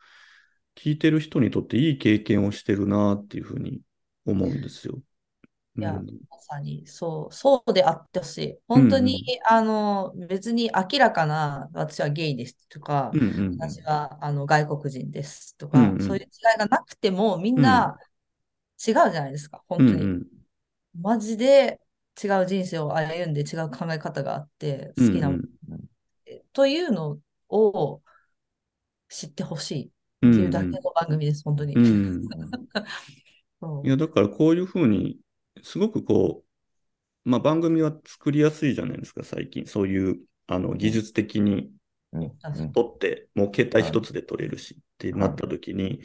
[SPEAKER 1] 聞いてる人にとっていい経験をしてるなっていうふうに思うんですよ。
[SPEAKER 3] いや
[SPEAKER 1] うん
[SPEAKER 3] まさに、そう、そうであってほしい。本当に、あの、別に明らかな、私はゲイですとか、
[SPEAKER 1] うんうん
[SPEAKER 3] 私はあの外国人ですとか、
[SPEAKER 1] うんうん
[SPEAKER 3] そういう違いがなくても、みんな違うじゃないですか、
[SPEAKER 1] う
[SPEAKER 3] 本
[SPEAKER 1] ん
[SPEAKER 3] 当
[SPEAKER 1] う
[SPEAKER 3] に。
[SPEAKER 1] ん
[SPEAKER 3] マジで違う人生を歩んで違う考え方があって、好きなものというのを知ってほしい
[SPEAKER 1] うん
[SPEAKER 3] っていうだけの番組です、本当
[SPEAKER 1] うんう
[SPEAKER 3] に。
[SPEAKER 1] んうん
[SPEAKER 3] そう
[SPEAKER 1] いや、だからこういうふうに、すごくこう、まあ、番組は作りやすいじゃないですか、最近。そういう、あの、技術的に
[SPEAKER 2] うんうんうん
[SPEAKER 1] 撮って、もう携帯一つで撮れるしってなった時に、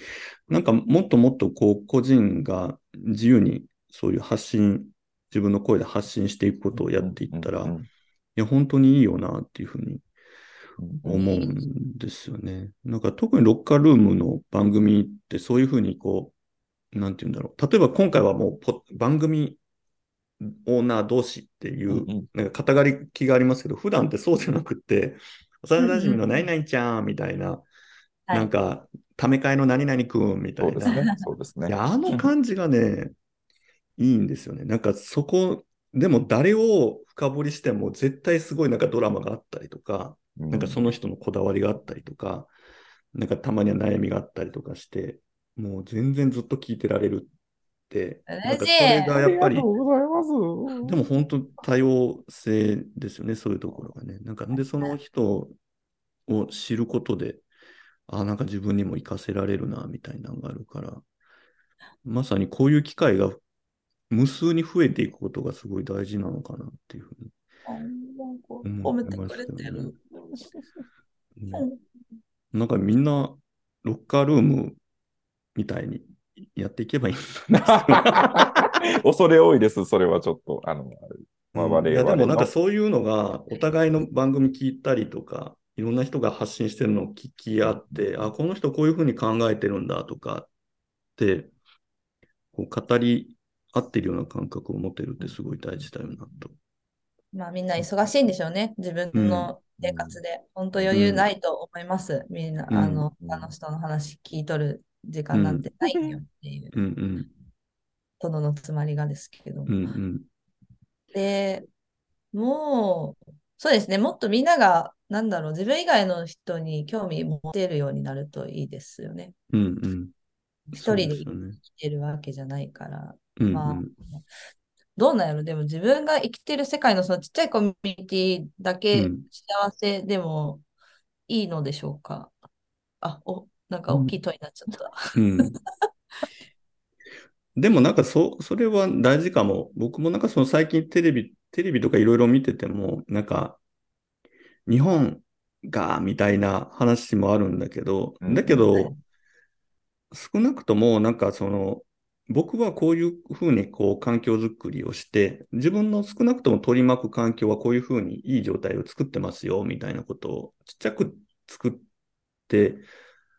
[SPEAKER 1] なんかもっともっとこう、個人が自由にそういう発信、自分の声で発信していくことをやっていったら、
[SPEAKER 2] う
[SPEAKER 1] い
[SPEAKER 2] んうん
[SPEAKER 1] や、本当にいいよなっていうふうに
[SPEAKER 2] うん
[SPEAKER 1] 思うんですよね。なんか特にロッカールームの番組ってそういうふうにこう、なんて言うんだろう。例えば今回はもうポ番組オーナー同士っていうう、
[SPEAKER 2] んうん
[SPEAKER 1] なんか肩書きがありますけど、普段ってそうじゃなくって、幼馴染の何々ちゃんみたいな、
[SPEAKER 3] はい
[SPEAKER 1] なんか、ため会の何々くんみた
[SPEAKER 2] そ
[SPEAKER 1] いう
[SPEAKER 2] で
[SPEAKER 1] な。
[SPEAKER 2] すね。そうですね
[SPEAKER 1] い。や、あの感じがね、いいんですよね。なんかそこ、でも誰を深掘りしても絶対すごいなんかドラマがあったりとか、なんかその人のこだわりがあったりとか、なんかたまには悩みがあったりとかして、もう全然ずっと聞いてられるって、
[SPEAKER 3] 嬉しい
[SPEAKER 1] なんかそれがやっぱり、
[SPEAKER 2] ありがとうございます。
[SPEAKER 1] でも本当多様性ですよね、そういうところがね。なんかでその人を知ることで、あなんか自分にも活かせられるな、みたいなのがあるから、まさにこういう機会が無数に増えていくことがすごい大事なのかなっていうふう
[SPEAKER 3] あなんか
[SPEAKER 1] うん
[SPEAKER 3] 褒めてくれて
[SPEAKER 1] 思い
[SPEAKER 3] る。
[SPEAKER 1] に、ね
[SPEAKER 3] うん
[SPEAKER 1] なんかみんな、ロッカールームみたいにやっていけばいいんじゃないですか
[SPEAKER 2] 恐れ多いです、それはちょっと。あの、 まあ
[SPEAKER 1] うん
[SPEAKER 2] 我々
[SPEAKER 1] いやでもなん
[SPEAKER 2] の
[SPEAKER 1] かそういうのが、お互いの番組聞いたりとか、いろんな人が発信してるのを聞き合って、あ、この人こういうふうに考えてるんだとかって、こう語り合ってるような感覚を持てるってすごい大事だよなと。
[SPEAKER 3] まあみんな忙しいんでしょうね。自分の生活で。本当余裕ないと思います。みんな、
[SPEAKER 1] うん
[SPEAKER 3] あの、
[SPEAKER 2] うん
[SPEAKER 3] 他の人の話聞いとる時間なんてないよっていう、
[SPEAKER 1] うん
[SPEAKER 3] 殿のつまりがですけ
[SPEAKER 1] う
[SPEAKER 3] ど
[SPEAKER 1] ん。う。んうん。
[SPEAKER 3] で、もう、そうですね。もっとみんなが、なんだろう、自分以外の人に興味持てるようになるといいですよね。
[SPEAKER 1] うんうん。
[SPEAKER 3] 一
[SPEAKER 1] そう
[SPEAKER 3] 人
[SPEAKER 1] で
[SPEAKER 3] です
[SPEAKER 1] よね。
[SPEAKER 3] 生きてるわけじゃないから。
[SPEAKER 1] うんうん。
[SPEAKER 3] まあ、どうなんやろでも自分が生きてる世界のそのちっちゃいコミュニティだけ
[SPEAKER 1] うん
[SPEAKER 3] 幸せでもいいのでしょうか、あ、お、なんか大きい問いになっちゃった。
[SPEAKER 1] うん。でもなんかそ、それは大事かも。僕もなんかその最近テレビ、テレビとかいろいろ見てても、なんか、日本が、みたいな話もあるんだけど、
[SPEAKER 2] うん
[SPEAKER 1] だけど、
[SPEAKER 3] はい
[SPEAKER 1] 少なくともなんかその、僕はこういうふうにこう環境づくりをして、自分の少なくとも取り巻く環境はこういうふうにいい状態を作ってますよ、みたいなことをちっちゃく作って、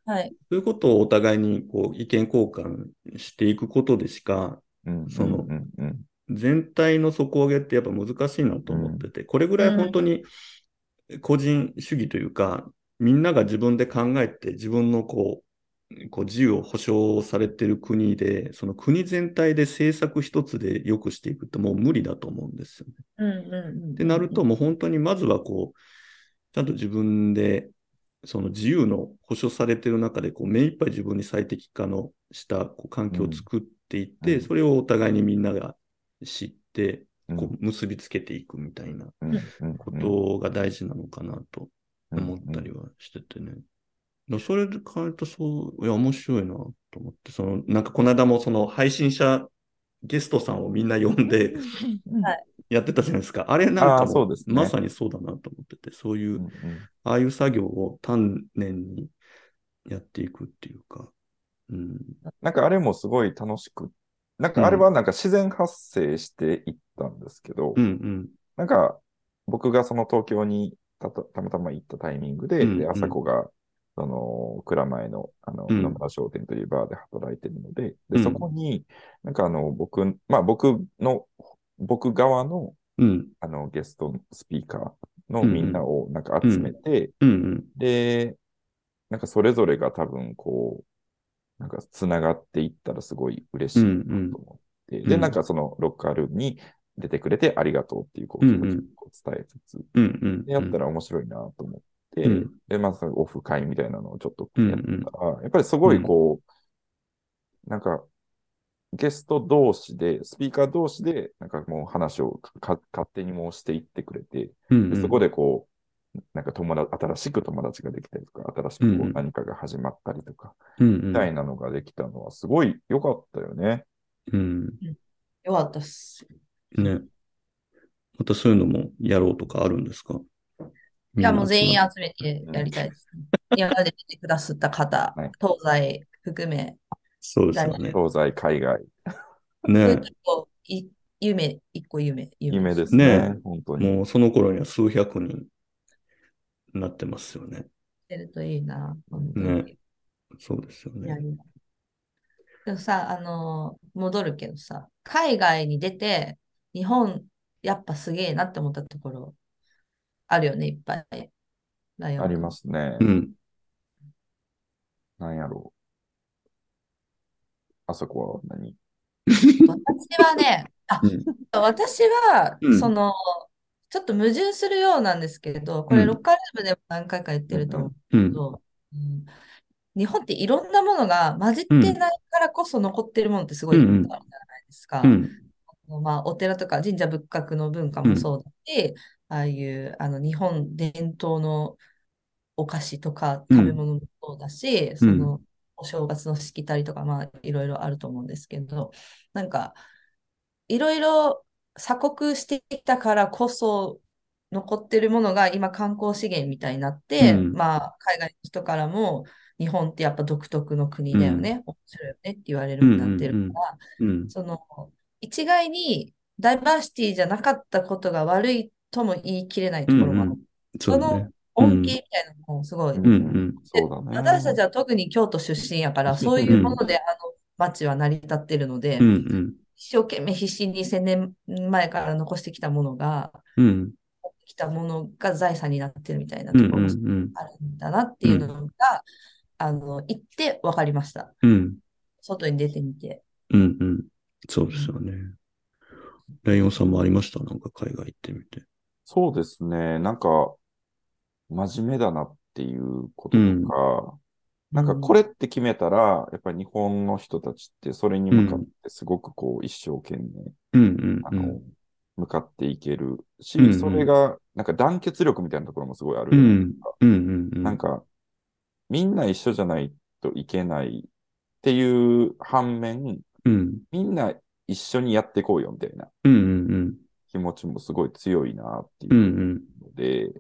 [SPEAKER 3] はい。
[SPEAKER 1] そういうことをお互いにこう意見交換していくことでしか、
[SPEAKER 2] うん
[SPEAKER 1] その
[SPEAKER 2] うんうん
[SPEAKER 1] 全体の底上げってやっぱ難しいなと思ってて、これぐらい本当に個人主義というか、みんなが自分で考えて自分のこう、こう自由を保障されてる国で、その国全体で政策一つで良くしていくってもう無理だと思うんですよね。
[SPEAKER 3] うんうんうん。
[SPEAKER 1] ってなると、もう本当にまずはこう、ちゃんと自分で、その自由の保障されてる中で、こう、目いっぱい自分に最適化のしたこう環境を作っていっ
[SPEAKER 2] うんう
[SPEAKER 1] て、
[SPEAKER 2] ん
[SPEAKER 1] それをお互いにみんなが知って、
[SPEAKER 2] うん
[SPEAKER 1] こう、結びつけていくみたいな
[SPEAKER 2] うんうん
[SPEAKER 1] ことが大事なのかなと思ったりはしててね。だからそれで変えると、そう、いや、面白いなと思って、その、なんかこの間もその配信者ゲストさんをみんな呼んで、やってたじゃないですか。あれなん
[SPEAKER 2] あ
[SPEAKER 1] か
[SPEAKER 2] ーそう
[SPEAKER 1] も
[SPEAKER 2] ですね
[SPEAKER 1] まさにそうだなと思ってて、そういうう、
[SPEAKER 2] んうん
[SPEAKER 1] ああいう作業を丹念にやっていくっていうか、うん、
[SPEAKER 2] なんかあれもすごい楽しく、なんかあれはなんか自然発生していったんですけど、
[SPEAKER 1] うん、うん、
[SPEAKER 2] なんか僕がその東京にたたたまたま行ったタイミングで、
[SPEAKER 1] うん
[SPEAKER 2] で
[SPEAKER 1] うん
[SPEAKER 2] 朝子がその蔵前のあの
[SPEAKER 1] うん
[SPEAKER 2] 野村商店というバーで働いてるので、
[SPEAKER 1] う
[SPEAKER 2] で
[SPEAKER 1] ん
[SPEAKER 2] そこになんかあの僕、まあ僕の、僕側の
[SPEAKER 1] うん、
[SPEAKER 2] あのゲストスピーカーの
[SPEAKER 1] うんうん
[SPEAKER 2] みんなをなんか集めて、
[SPEAKER 1] うん、うん、
[SPEAKER 2] で、なんかそれぞれが多分こう、なんかつながっていったらすごい嬉しいなと思って、
[SPEAKER 1] んうん
[SPEAKER 2] で、
[SPEAKER 1] うん
[SPEAKER 2] なんかそのロッカールームに出てくれてありがとうっていうこう気持ちをこう伝えつつ、
[SPEAKER 1] うん、うん。
[SPEAKER 2] でやったら面白いなと思って、
[SPEAKER 1] うん
[SPEAKER 2] で、まずオフ会みたいなのをちょっとやったら、
[SPEAKER 1] うんうん
[SPEAKER 2] やっぱりすごいこう、なんか、ゲスト同士で、スピーカー同士で、なんかもう話をか勝手にもうしていってくれて、
[SPEAKER 1] うん、
[SPEAKER 2] でそこでこう、なんか友達、新しく友達ができたりとか、新しくこ
[SPEAKER 1] うんう
[SPEAKER 2] うん何かが始まったりとか、
[SPEAKER 1] うん、
[SPEAKER 2] みたいなのができたのはすごい良かったよね。
[SPEAKER 1] うん、
[SPEAKER 3] よかったっす。
[SPEAKER 1] うん、ね。またそういうのもやろうとかあるんですか
[SPEAKER 3] いや、もう全員
[SPEAKER 1] や
[SPEAKER 3] 集めてやりたい です。今まで出てくださった方
[SPEAKER 2] はい、
[SPEAKER 3] 東西含め、
[SPEAKER 1] そうですよね。
[SPEAKER 2] 東西、海外、
[SPEAKER 1] ね。
[SPEAKER 3] 結構い夢、一個夢、
[SPEAKER 2] 夢です
[SPEAKER 1] ね
[SPEAKER 2] ね。
[SPEAKER 1] え
[SPEAKER 2] 本当に。
[SPEAKER 1] もうその頃には数百人になってますよね。
[SPEAKER 3] てるといいな。本当に
[SPEAKER 1] ね。そうですよ
[SPEAKER 3] いや
[SPEAKER 1] ね。
[SPEAKER 3] いやでもさ、あのー戻るけどさ、海外に出て、日本、やっぱすげえなって思ったところ、あるよね、いっぱい。ライオン。
[SPEAKER 2] ありますすね
[SPEAKER 1] う。ん。
[SPEAKER 2] なんやろう。あそこは何
[SPEAKER 3] 私はね、あ、
[SPEAKER 1] うん
[SPEAKER 3] 私は、
[SPEAKER 1] うん
[SPEAKER 3] その、ちょっと矛盾するようなんですけれど、これ、
[SPEAKER 1] うん
[SPEAKER 3] ロッカールームでも何回か言ってると思う
[SPEAKER 1] う
[SPEAKER 3] け
[SPEAKER 1] ん。
[SPEAKER 3] ど、うん日本っていろんなものが混じってないからこそ残ってるものってすごいいっぱいあるじゃないですか
[SPEAKER 1] う。ん。
[SPEAKER 3] まあ、お寺とか神社仏閣の文化もそうだし、ああいうあの日本伝統のおお菓子とか
[SPEAKER 1] うん
[SPEAKER 3] 食べ物もそうだし、そのお正月のしきたりとか、まあ、いろいろあると思うんですけど、なんか、いろいろ鎖国してきたからこそ残ってるものが今観光資源みたいになって、
[SPEAKER 1] うん
[SPEAKER 3] まあ、海外の人からも、日本ってやっぱ独特の国だよね、面白いよねって言われるようになってるから、
[SPEAKER 1] うんうんうんうん。
[SPEAKER 3] その一概にダイバーシティじゃなかったことが悪いとも言い切れないところがある、
[SPEAKER 1] うんそうだね。
[SPEAKER 3] 恩恵みたいなのもすごい、
[SPEAKER 1] んうん
[SPEAKER 2] そうだね。
[SPEAKER 3] 私たちは特に京都出身やから、そういうものであの町は成り立ってるので、
[SPEAKER 1] うんうん。
[SPEAKER 3] 一生懸命必死に1000年前から残してきたものが、
[SPEAKER 1] うん
[SPEAKER 3] きたものが財産になってるみたいな
[SPEAKER 1] う
[SPEAKER 3] と
[SPEAKER 1] ん
[SPEAKER 3] ころも
[SPEAKER 1] うん
[SPEAKER 3] あるんだなっていうのが、あの行って分かりました。
[SPEAKER 1] うん。うん
[SPEAKER 3] 外に出てみて。
[SPEAKER 1] うんうん。そうですよね。ライオンさんもありましたなんか海外行ってみて。
[SPEAKER 2] そうですね。なんか、真面目だなっていうこととか、なんかこれって決めたら、やっぱり日本の人たちってそれに向かってすごくこう一生懸命、
[SPEAKER 1] うん
[SPEAKER 2] あ
[SPEAKER 1] うんう
[SPEAKER 2] の
[SPEAKER 1] ん。、
[SPEAKER 2] 向かっていけるし、
[SPEAKER 1] うんうん
[SPEAKER 2] それがなんか団結力みたいなところもすごいある
[SPEAKER 1] う
[SPEAKER 2] じゃないです
[SPEAKER 1] ん
[SPEAKER 2] か。
[SPEAKER 1] うんうん。
[SPEAKER 2] なんか、みんな一緒じゃないといけないっていう反面、
[SPEAKER 1] うん
[SPEAKER 2] みんな一緒にやっていこうよみたいな
[SPEAKER 1] うんうん
[SPEAKER 2] 気持ちもすごい強いなってい
[SPEAKER 1] うん。う
[SPEAKER 2] うん
[SPEAKER 1] うん。
[SPEAKER 2] ので、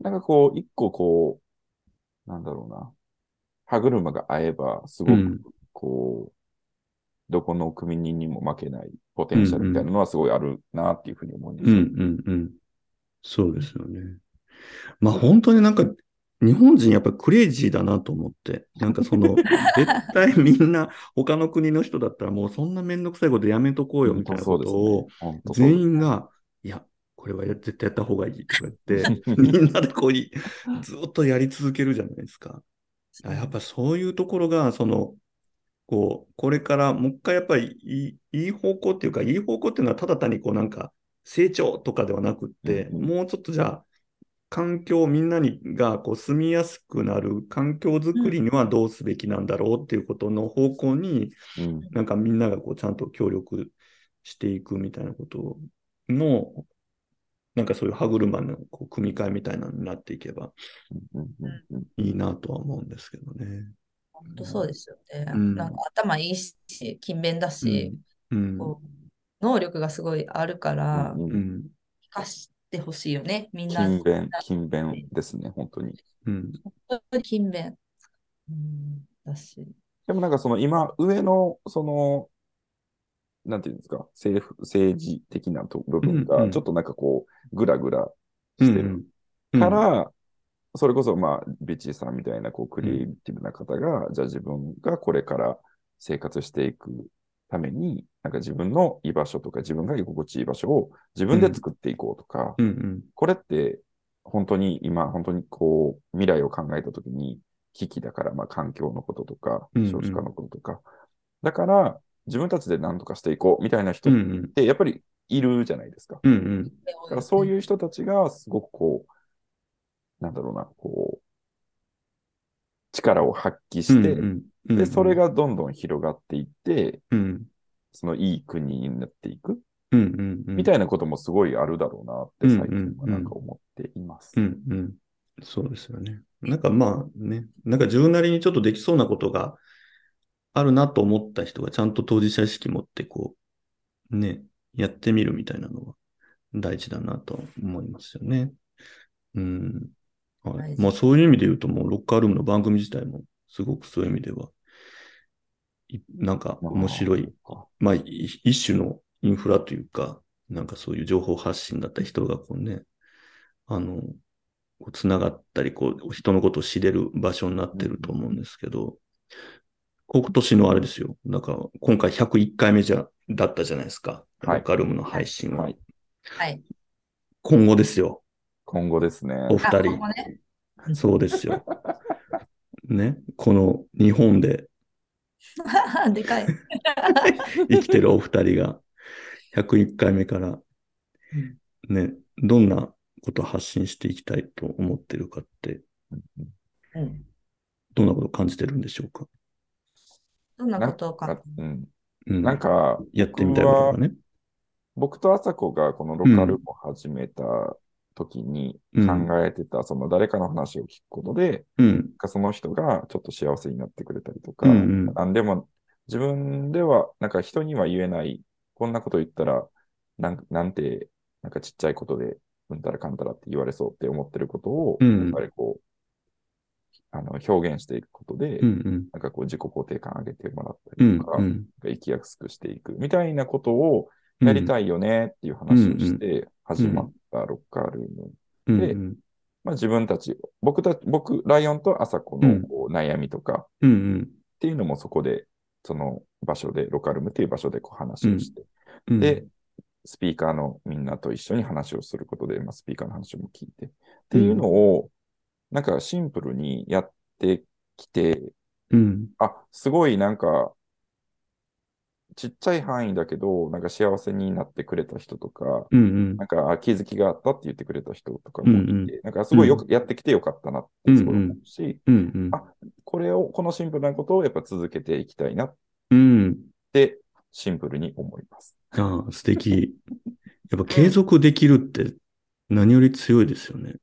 [SPEAKER 2] なんかこう、一個こう、なんだろうな、歯車が合えば、すご
[SPEAKER 1] うん
[SPEAKER 2] くこう、どこの国にも負けないポテンシャルみたいなのはすごいあるなっていうふうに思うんです
[SPEAKER 1] う
[SPEAKER 2] よ。
[SPEAKER 1] んうんうん。そうですよね。まあ本当になんか日本人やっぱクレイジーだなと思って。なんかそ の絶対みんな他の国の人だったらもうそんなめんどくさいことやめとこうよみたいなことを
[SPEAKER 2] 本当そうですね
[SPEAKER 1] 全員が、いや、これはや絶対やった方がいいとか言っ て、みんなでこうい、ずっとやり続けるじゃないですか。あやっぱそういうところが、その、こう、これからもう一回やっぱりいいいい方向っていうか、いい方向っていうのはただ単にこうなんか成長とかではなくって、
[SPEAKER 2] うんうん
[SPEAKER 1] もうちょっとじゃあ、環境みんなにがこう住みやすくなる環境づくりにはどうすべきなんだろうっていうことの方向に、
[SPEAKER 2] そううん
[SPEAKER 1] なんかみんながこうちゃんと協力していくみたいなことの、なんかそういう歯車のこう組み替えみたいなのになっていけば
[SPEAKER 2] うんうんうん
[SPEAKER 1] いいなとは思うんですけどね。
[SPEAKER 3] 本当そうですよね。
[SPEAKER 1] うん
[SPEAKER 3] なんか頭いいし、勤勉だし、
[SPEAKER 1] うん。
[SPEAKER 3] こう能力がすごいあるから、
[SPEAKER 2] うん
[SPEAKER 1] う
[SPEAKER 2] うん
[SPEAKER 1] ん。
[SPEAKER 3] 生かしてほしいよね。みんな、
[SPEAKER 2] 勤勉、勤勉ですね、本当に。
[SPEAKER 1] うん。
[SPEAKER 3] 本当に勤勉。うん、だし。
[SPEAKER 2] でもなんかその今、上の、その、なんていうんですか、政府、政治的なと部分
[SPEAKER 1] うんう
[SPEAKER 2] が、
[SPEAKER 1] ん
[SPEAKER 2] ちょっとなんかこう、ぐらぐら
[SPEAKER 1] うん
[SPEAKER 2] してるから、それこそまあ、ビッチーさんみたいな、こう、クリエイティブな方が、じゃあ自分がこれから生活していくために、なんか自分の居場所とか、自分が居心地いい場所を自分で作っていこうとか、
[SPEAKER 1] うんうん。
[SPEAKER 2] これって、本当に今、本当にこう、未来を考えたときに、危機だから、まあ、環境のこととか、
[SPEAKER 1] うんうん
[SPEAKER 2] 少子化のこととか、だから、自分たちで何とかしていこうみたいな人
[SPEAKER 1] うんう
[SPEAKER 2] っ
[SPEAKER 1] ん。
[SPEAKER 2] て、やっぱりいるじゃないですか。
[SPEAKER 1] うんうん。
[SPEAKER 2] だからそう
[SPEAKER 3] う
[SPEAKER 2] いう人たちが、すごくこう、なんだろうな、こう、力を発揮
[SPEAKER 1] う
[SPEAKER 2] し
[SPEAKER 1] ん
[SPEAKER 2] て、
[SPEAKER 1] うん。
[SPEAKER 2] で、それ、がどんどん広がっていって、
[SPEAKER 1] うん。
[SPEAKER 2] そのいい国になっていく、
[SPEAKER 1] うんうんうん。
[SPEAKER 2] みたいなこともすごいあるだろうなって、最近はなんか思っています。
[SPEAKER 1] うんうん。そうですよね。なんかまあね、なんか自分なりにちょっとできそうなことがあるなと思った人がちゃんと当事者意識持ってこう、ね、やってみるみたいなのは大事だなと思いますよね。うん。は
[SPEAKER 3] 大
[SPEAKER 1] い。
[SPEAKER 3] 事
[SPEAKER 1] まあそういう意味で言うともうロッカールームの番組自体もすごくそういう意味では、いなんか面白い
[SPEAKER 2] まあ
[SPEAKER 1] まあ、い一種のインフラというか、なんかそういう情報発信だったり、人がこうね、あの、こうつながったり、こう、人のことを知れる場所になってると思うんですけど、今年のあれですよ、なんか、今回101回目じゃ、だったじゃないですか、
[SPEAKER 2] はい
[SPEAKER 1] ロッカールームの配信は。
[SPEAKER 2] はい
[SPEAKER 3] はい。
[SPEAKER 1] 今後ですよ、
[SPEAKER 2] 今後ですね。
[SPEAKER 1] お二
[SPEAKER 3] あ
[SPEAKER 1] 人
[SPEAKER 3] ここ。ね
[SPEAKER 1] そうですよ。ね、この日本で
[SPEAKER 3] で かい。
[SPEAKER 1] 生きてるお二人が、101回目から、ね、どんなことを発信していきたいと思ってるかって、
[SPEAKER 3] うん
[SPEAKER 1] どんなことを感じてるんでしょうか。
[SPEAKER 3] どんなことか。
[SPEAKER 2] うん、
[SPEAKER 1] うん、
[SPEAKER 2] なんか、
[SPEAKER 1] やってみたいことがね。
[SPEAKER 2] 僕と朝子がこのロッカルームを始めた時に
[SPEAKER 1] うん
[SPEAKER 2] 考えてた、その誰かの話を聞くことで、
[SPEAKER 1] うん。
[SPEAKER 2] その人がちょっと幸せになってくれたりとか、
[SPEAKER 1] うんうん
[SPEAKER 2] なんでも自分では、なんか人には言えない、こんなこと言ったら、なんなんて、なんかちっちゃいことで、うんたらかんたらって言われそうって思ってることを、
[SPEAKER 1] うん
[SPEAKER 2] やっぱりこう、あの表現していくことで、
[SPEAKER 1] うんうん。
[SPEAKER 2] なんかこう自己肯定感上げてもらった
[SPEAKER 1] う
[SPEAKER 2] り
[SPEAKER 1] ん
[SPEAKER 2] とか、
[SPEAKER 1] うん。
[SPEAKER 2] 生きやすくしていくみたいなことをやりたいよねっていう話をして始まったロッカールーム。
[SPEAKER 1] うん
[SPEAKER 2] で
[SPEAKER 1] うん
[SPEAKER 2] まあ、自分たち、僕たち、僕、ライオンと朝子
[SPEAKER 1] うん
[SPEAKER 2] のこう悩みとかっ
[SPEAKER 1] うんうん
[SPEAKER 2] ていうのもそこで、その場所で、ロッカールームっていう場所でこう話をして、
[SPEAKER 1] うん。
[SPEAKER 2] で、スピーカーのみんなと一緒に話をすることで、まあ、スピーカーの話も聞いてっていうのを、なんかシンプルにやってきて、
[SPEAKER 1] うん。
[SPEAKER 2] あ、すごいなんか、ちっちゃい範囲だけど、なんか幸せになってくれた人とか、
[SPEAKER 1] うんうん
[SPEAKER 2] なんかあ気づきがあったって言ってくれた人とかもいて、
[SPEAKER 1] うん
[SPEAKER 2] なんかすごいよく、やってきてよかったなってすごい思うし、
[SPEAKER 1] うんうん。
[SPEAKER 2] あこれを、このシンプルなことをやっぱ続けていきたいなっ
[SPEAKER 1] うん。
[SPEAKER 2] てシンプルに思います。
[SPEAKER 1] ああ、素敵。やっぱ継続できるって何より強いですよね。う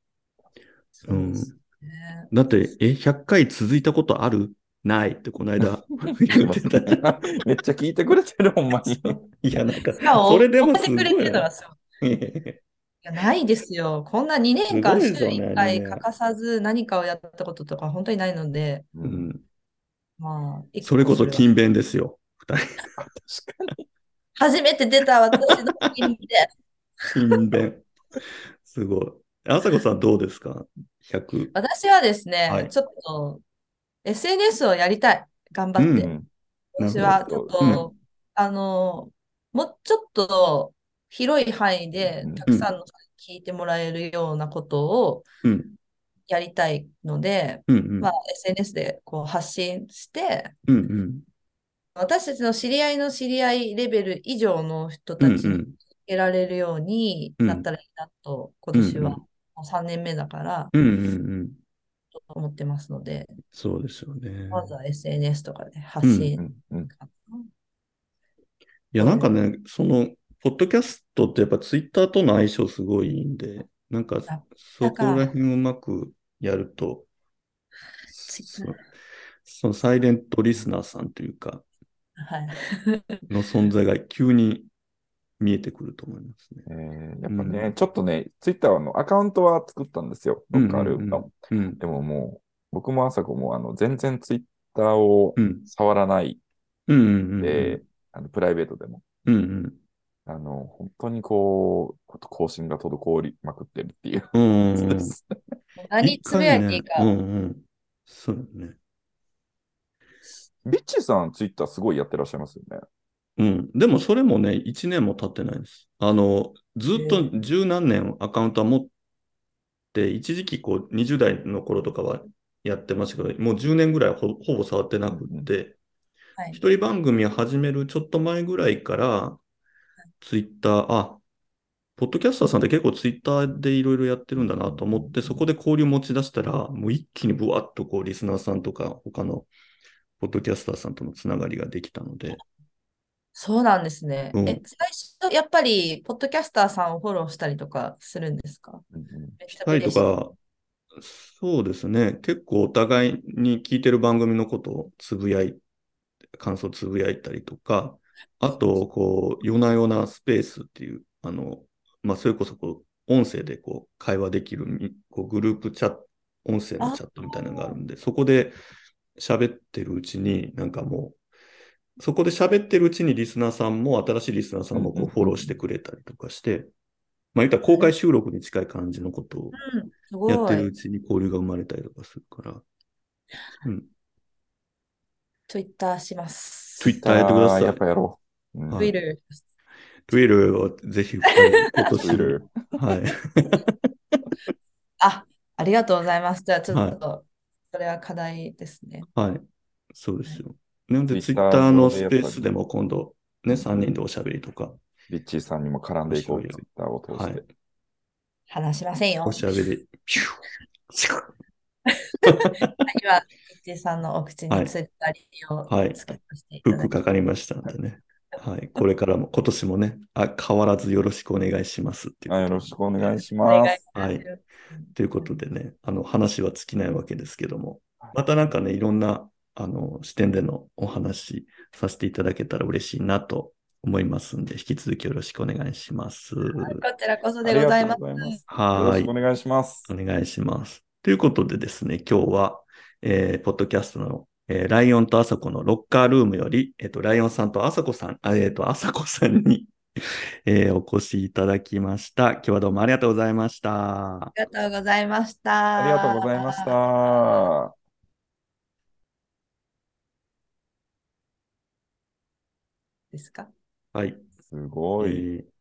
[SPEAKER 3] そうんですね
[SPEAKER 1] だって、え、100回続いたことあるないってこの間
[SPEAKER 2] め
[SPEAKER 1] 言
[SPEAKER 2] っ
[SPEAKER 1] って
[SPEAKER 2] ち
[SPEAKER 1] た。
[SPEAKER 2] ゃ聞いてくれてる、ほんま に。
[SPEAKER 1] いや、なんか、
[SPEAKER 3] しかも、
[SPEAKER 1] それでもす
[SPEAKER 3] 覚
[SPEAKER 1] ご
[SPEAKER 3] えてくれ
[SPEAKER 1] い
[SPEAKER 3] てた
[SPEAKER 1] な。
[SPEAKER 3] らそう。
[SPEAKER 1] いやいやいや
[SPEAKER 3] いや、ないですよ。こんな2年間
[SPEAKER 1] すごいです
[SPEAKER 3] 週
[SPEAKER 1] よね
[SPEAKER 3] 1
[SPEAKER 1] 二
[SPEAKER 3] 回
[SPEAKER 1] 年
[SPEAKER 3] 欠かさず何かをやったこととか本当にないので、
[SPEAKER 2] う
[SPEAKER 1] う、ん
[SPEAKER 3] まあ、一個
[SPEAKER 1] それこそ
[SPEAKER 3] は
[SPEAKER 1] 勤勉ですよ。
[SPEAKER 2] 確かに。
[SPEAKER 3] 初めて出た私の金で。
[SPEAKER 1] 勤 勉。すごい。あさこさんどうですか ?100。
[SPEAKER 3] 私はです ね、
[SPEAKER 1] はい
[SPEAKER 3] ちょっと SNS をやりたい。頑張って。
[SPEAKER 1] う
[SPEAKER 3] 私はち
[SPEAKER 2] なる
[SPEAKER 3] ょっ
[SPEAKER 2] ほど
[SPEAKER 3] と、あの、もうちょっと広い範囲で
[SPEAKER 2] うん
[SPEAKER 3] たくさんの人に聞いてもらえるようなことを
[SPEAKER 1] うん。
[SPEAKER 3] やりたいので、
[SPEAKER 1] うんうん
[SPEAKER 3] まあ、SNS でこう発信して、
[SPEAKER 1] うんうん
[SPEAKER 3] 私たちの知り合いの知り合いレベル以上の人
[SPEAKER 1] う
[SPEAKER 3] た
[SPEAKER 1] ん
[SPEAKER 3] ち
[SPEAKER 1] う
[SPEAKER 3] に
[SPEAKER 1] ん
[SPEAKER 3] 得られるようになったらいいなと、今年は
[SPEAKER 1] うんうん
[SPEAKER 3] もう3年目だから
[SPEAKER 1] うんうんうん。
[SPEAKER 3] 思ってますので、
[SPEAKER 1] そうですよね。
[SPEAKER 3] まずは SNS とかで発
[SPEAKER 2] う
[SPEAKER 3] 信。
[SPEAKER 2] んうん
[SPEAKER 3] か
[SPEAKER 1] いや、なんかね、その、ポッドキャストってやっぱツイッターとの相性すごいいいんで、なんか
[SPEAKER 3] あ、
[SPEAKER 1] そこら辺をうまくやると、
[SPEAKER 3] ツ
[SPEAKER 1] そ
[SPEAKER 3] イッター
[SPEAKER 1] そのサイレントリスナーさんというか、
[SPEAKER 3] なはい。
[SPEAKER 1] の存在が急に見えてくると思いますね。
[SPEAKER 2] えーやっぱね、
[SPEAKER 1] うん
[SPEAKER 2] ちょっとね、ツイッターのアカウントは作ったんですよ、ロッカールームの。
[SPEAKER 1] うん。
[SPEAKER 2] でももう、僕も朝子もあの全然ツイッターを
[SPEAKER 1] うん。
[SPEAKER 2] 触らない
[SPEAKER 1] うんうんうん。
[SPEAKER 2] で、あのプライベートでも、
[SPEAKER 1] うんうん。
[SPEAKER 2] あの、本当にこう、更新が滞りまくってるっていう。
[SPEAKER 1] うんうんうん。
[SPEAKER 3] 何つぶやいていい
[SPEAKER 1] 一回
[SPEAKER 3] か
[SPEAKER 1] ね。うんうん。そうよね。
[SPEAKER 2] ビッチーさん、ツイッターすごいやってらっしゃいますよね。
[SPEAKER 1] うん。でもそれもね、1年も経ってないです。あの、ずっ
[SPEAKER 3] へ
[SPEAKER 1] と十何年アカウントは持って、一時期こう20代の頃とかはやってましたけど、もう10年ぐらいほ、ほぼ触ってなくって、
[SPEAKER 3] はい
[SPEAKER 1] 一人番組を始めるちょっと前ぐらいから、ツイッター、あ、ポッドキャスターさんって結構ツイッターでいろいろやってるんだなと思って、そこで交流持ち出したら、もう一気にブワッとこうリスナーさんとか、他のポッドキャスターさんとのつながりができたので、
[SPEAKER 3] そうなんですね。
[SPEAKER 1] うん
[SPEAKER 3] え、最初、やっぱり、ポッドキャスターさんをフォローしたりとかするんですか
[SPEAKER 2] うんうん
[SPEAKER 3] めっちゃ
[SPEAKER 1] したりと
[SPEAKER 3] 嬉しい。
[SPEAKER 1] か、そうですね、結構お互いに聞いてる番組のことをつぶやい、感想つぶやいたりとか、あと、こう、夜な夜なスペースっていう、あの、まあ、それこそこう、音声でこう、会話できるみ、こう、グループチャット、音声のチャットみたいなのがあるんで、そこで喋ってるうちに、なんかもう、そこで喋ってるうちにリスナーさんも、新しいリスナーさんも
[SPEAKER 2] うん
[SPEAKER 1] こ
[SPEAKER 2] うん
[SPEAKER 1] う
[SPEAKER 2] うん
[SPEAKER 1] フォローしてくれたりとかして、まあ、言ったら公開収録に近い感じのことを
[SPEAKER 3] うん、す
[SPEAKER 1] やっ
[SPEAKER 3] ご
[SPEAKER 1] てる
[SPEAKER 3] い。
[SPEAKER 1] うちに交流が生まれたりとかするから、うん、
[SPEAKER 3] Twitter します。
[SPEAKER 1] Twitter やってください
[SPEAKER 2] やっぱやろう。うん
[SPEAKER 1] はい
[SPEAKER 3] Twitter。
[SPEAKER 1] Twitter をぜひ今年
[SPEAKER 2] Twitter
[SPEAKER 1] はい。
[SPEAKER 3] あ、ありがとうございます。じゃあ、ちょっと、それは課題ですね。
[SPEAKER 1] はい。そうですよ。なので、ツイ
[SPEAKER 2] Twitter
[SPEAKER 1] ッターの
[SPEAKER 2] 上
[SPEAKER 1] ス
[SPEAKER 2] でやっぱ
[SPEAKER 1] ペ
[SPEAKER 2] り
[SPEAKER 1] ースでも今度、ね、3人でおしゃべりとか、
[SPEAKER 2] ビッチーさんにも絡んでいこう、ツイッターを通して。
[SPEAKER 1] はい
[SPEAKER 3] 話しませんよ。
[SPEAKER 1] おしゃべり、ピュッシュッ
[SPEAKER 3] 今、一さんのお口
[SPEAKER 1] は
[SPEAKER 3] に
[SPEAKER 1] い
[SPEAKER 3] つったりを
[SPEAKER 1] はい
[SPEAKER 3] つけさせていた
[SPEAKER 1] フッ
[SPEAKER 3] だ
[SPEAKER 1] ク
[SPEAKER 3] きま
[SPEAKER 1] かかりましたんでね。はい。これからも、今年もね、あ、変わらずよろしくお願いしますっていう
[SPEAKER 2] あよろしくお願いし
[SPEAKER 3] お願
[SPEAKER 2] ま
[SPEAKER 3] い
[SPEAKER 2] す。
[SPEAKER 1] はいということでね、あの話は尽きないわけですけども
[SPEAKER 2] はい、
[SPEAKER 1] またなんかね、いろんなあの視点でのお話させていただけたら嬉しいなと思いますんで、引き続きよろしくお願いします。
[SPEAKER 3] こちらこそ
[SPEAKER 2] あ
[SPEAKER 3] で
[SPEAKER 2] りがと
[SPEAKER 3] ご
[SPEAKER 2] うご
[SPEAKER 3] ざ
[SPEAKER 2] ざ
[SPEAKER 3] い
[SPEAKER 2] い
[SPEAKER 3] ます。
[SPEAKER 2] ます。よろ
[SPEAKER 1] は
[SPEAKER 2] し
[SPEAKER 1] い
[SPEAKER 2] くお。願いします。
[SPEAKER 1] お願いします。ということでですね、今日は、えーポッドキャストの、えーライオンとあさこのロッカールームより、えっ、と、ライオンさんとあさこさん、あえっ、と、あさこさんに、 えーお越しいただきました。今日はどうもありがとうございました。
[SPEAKER 3] ありがとうございました。
[SPEAKER 2] ありがとうございました。
[SPEAKER 3] ですか
[SPEAKER 1] はい。
[SPEAKER 2] すごい。
[SPEAKER 1] えー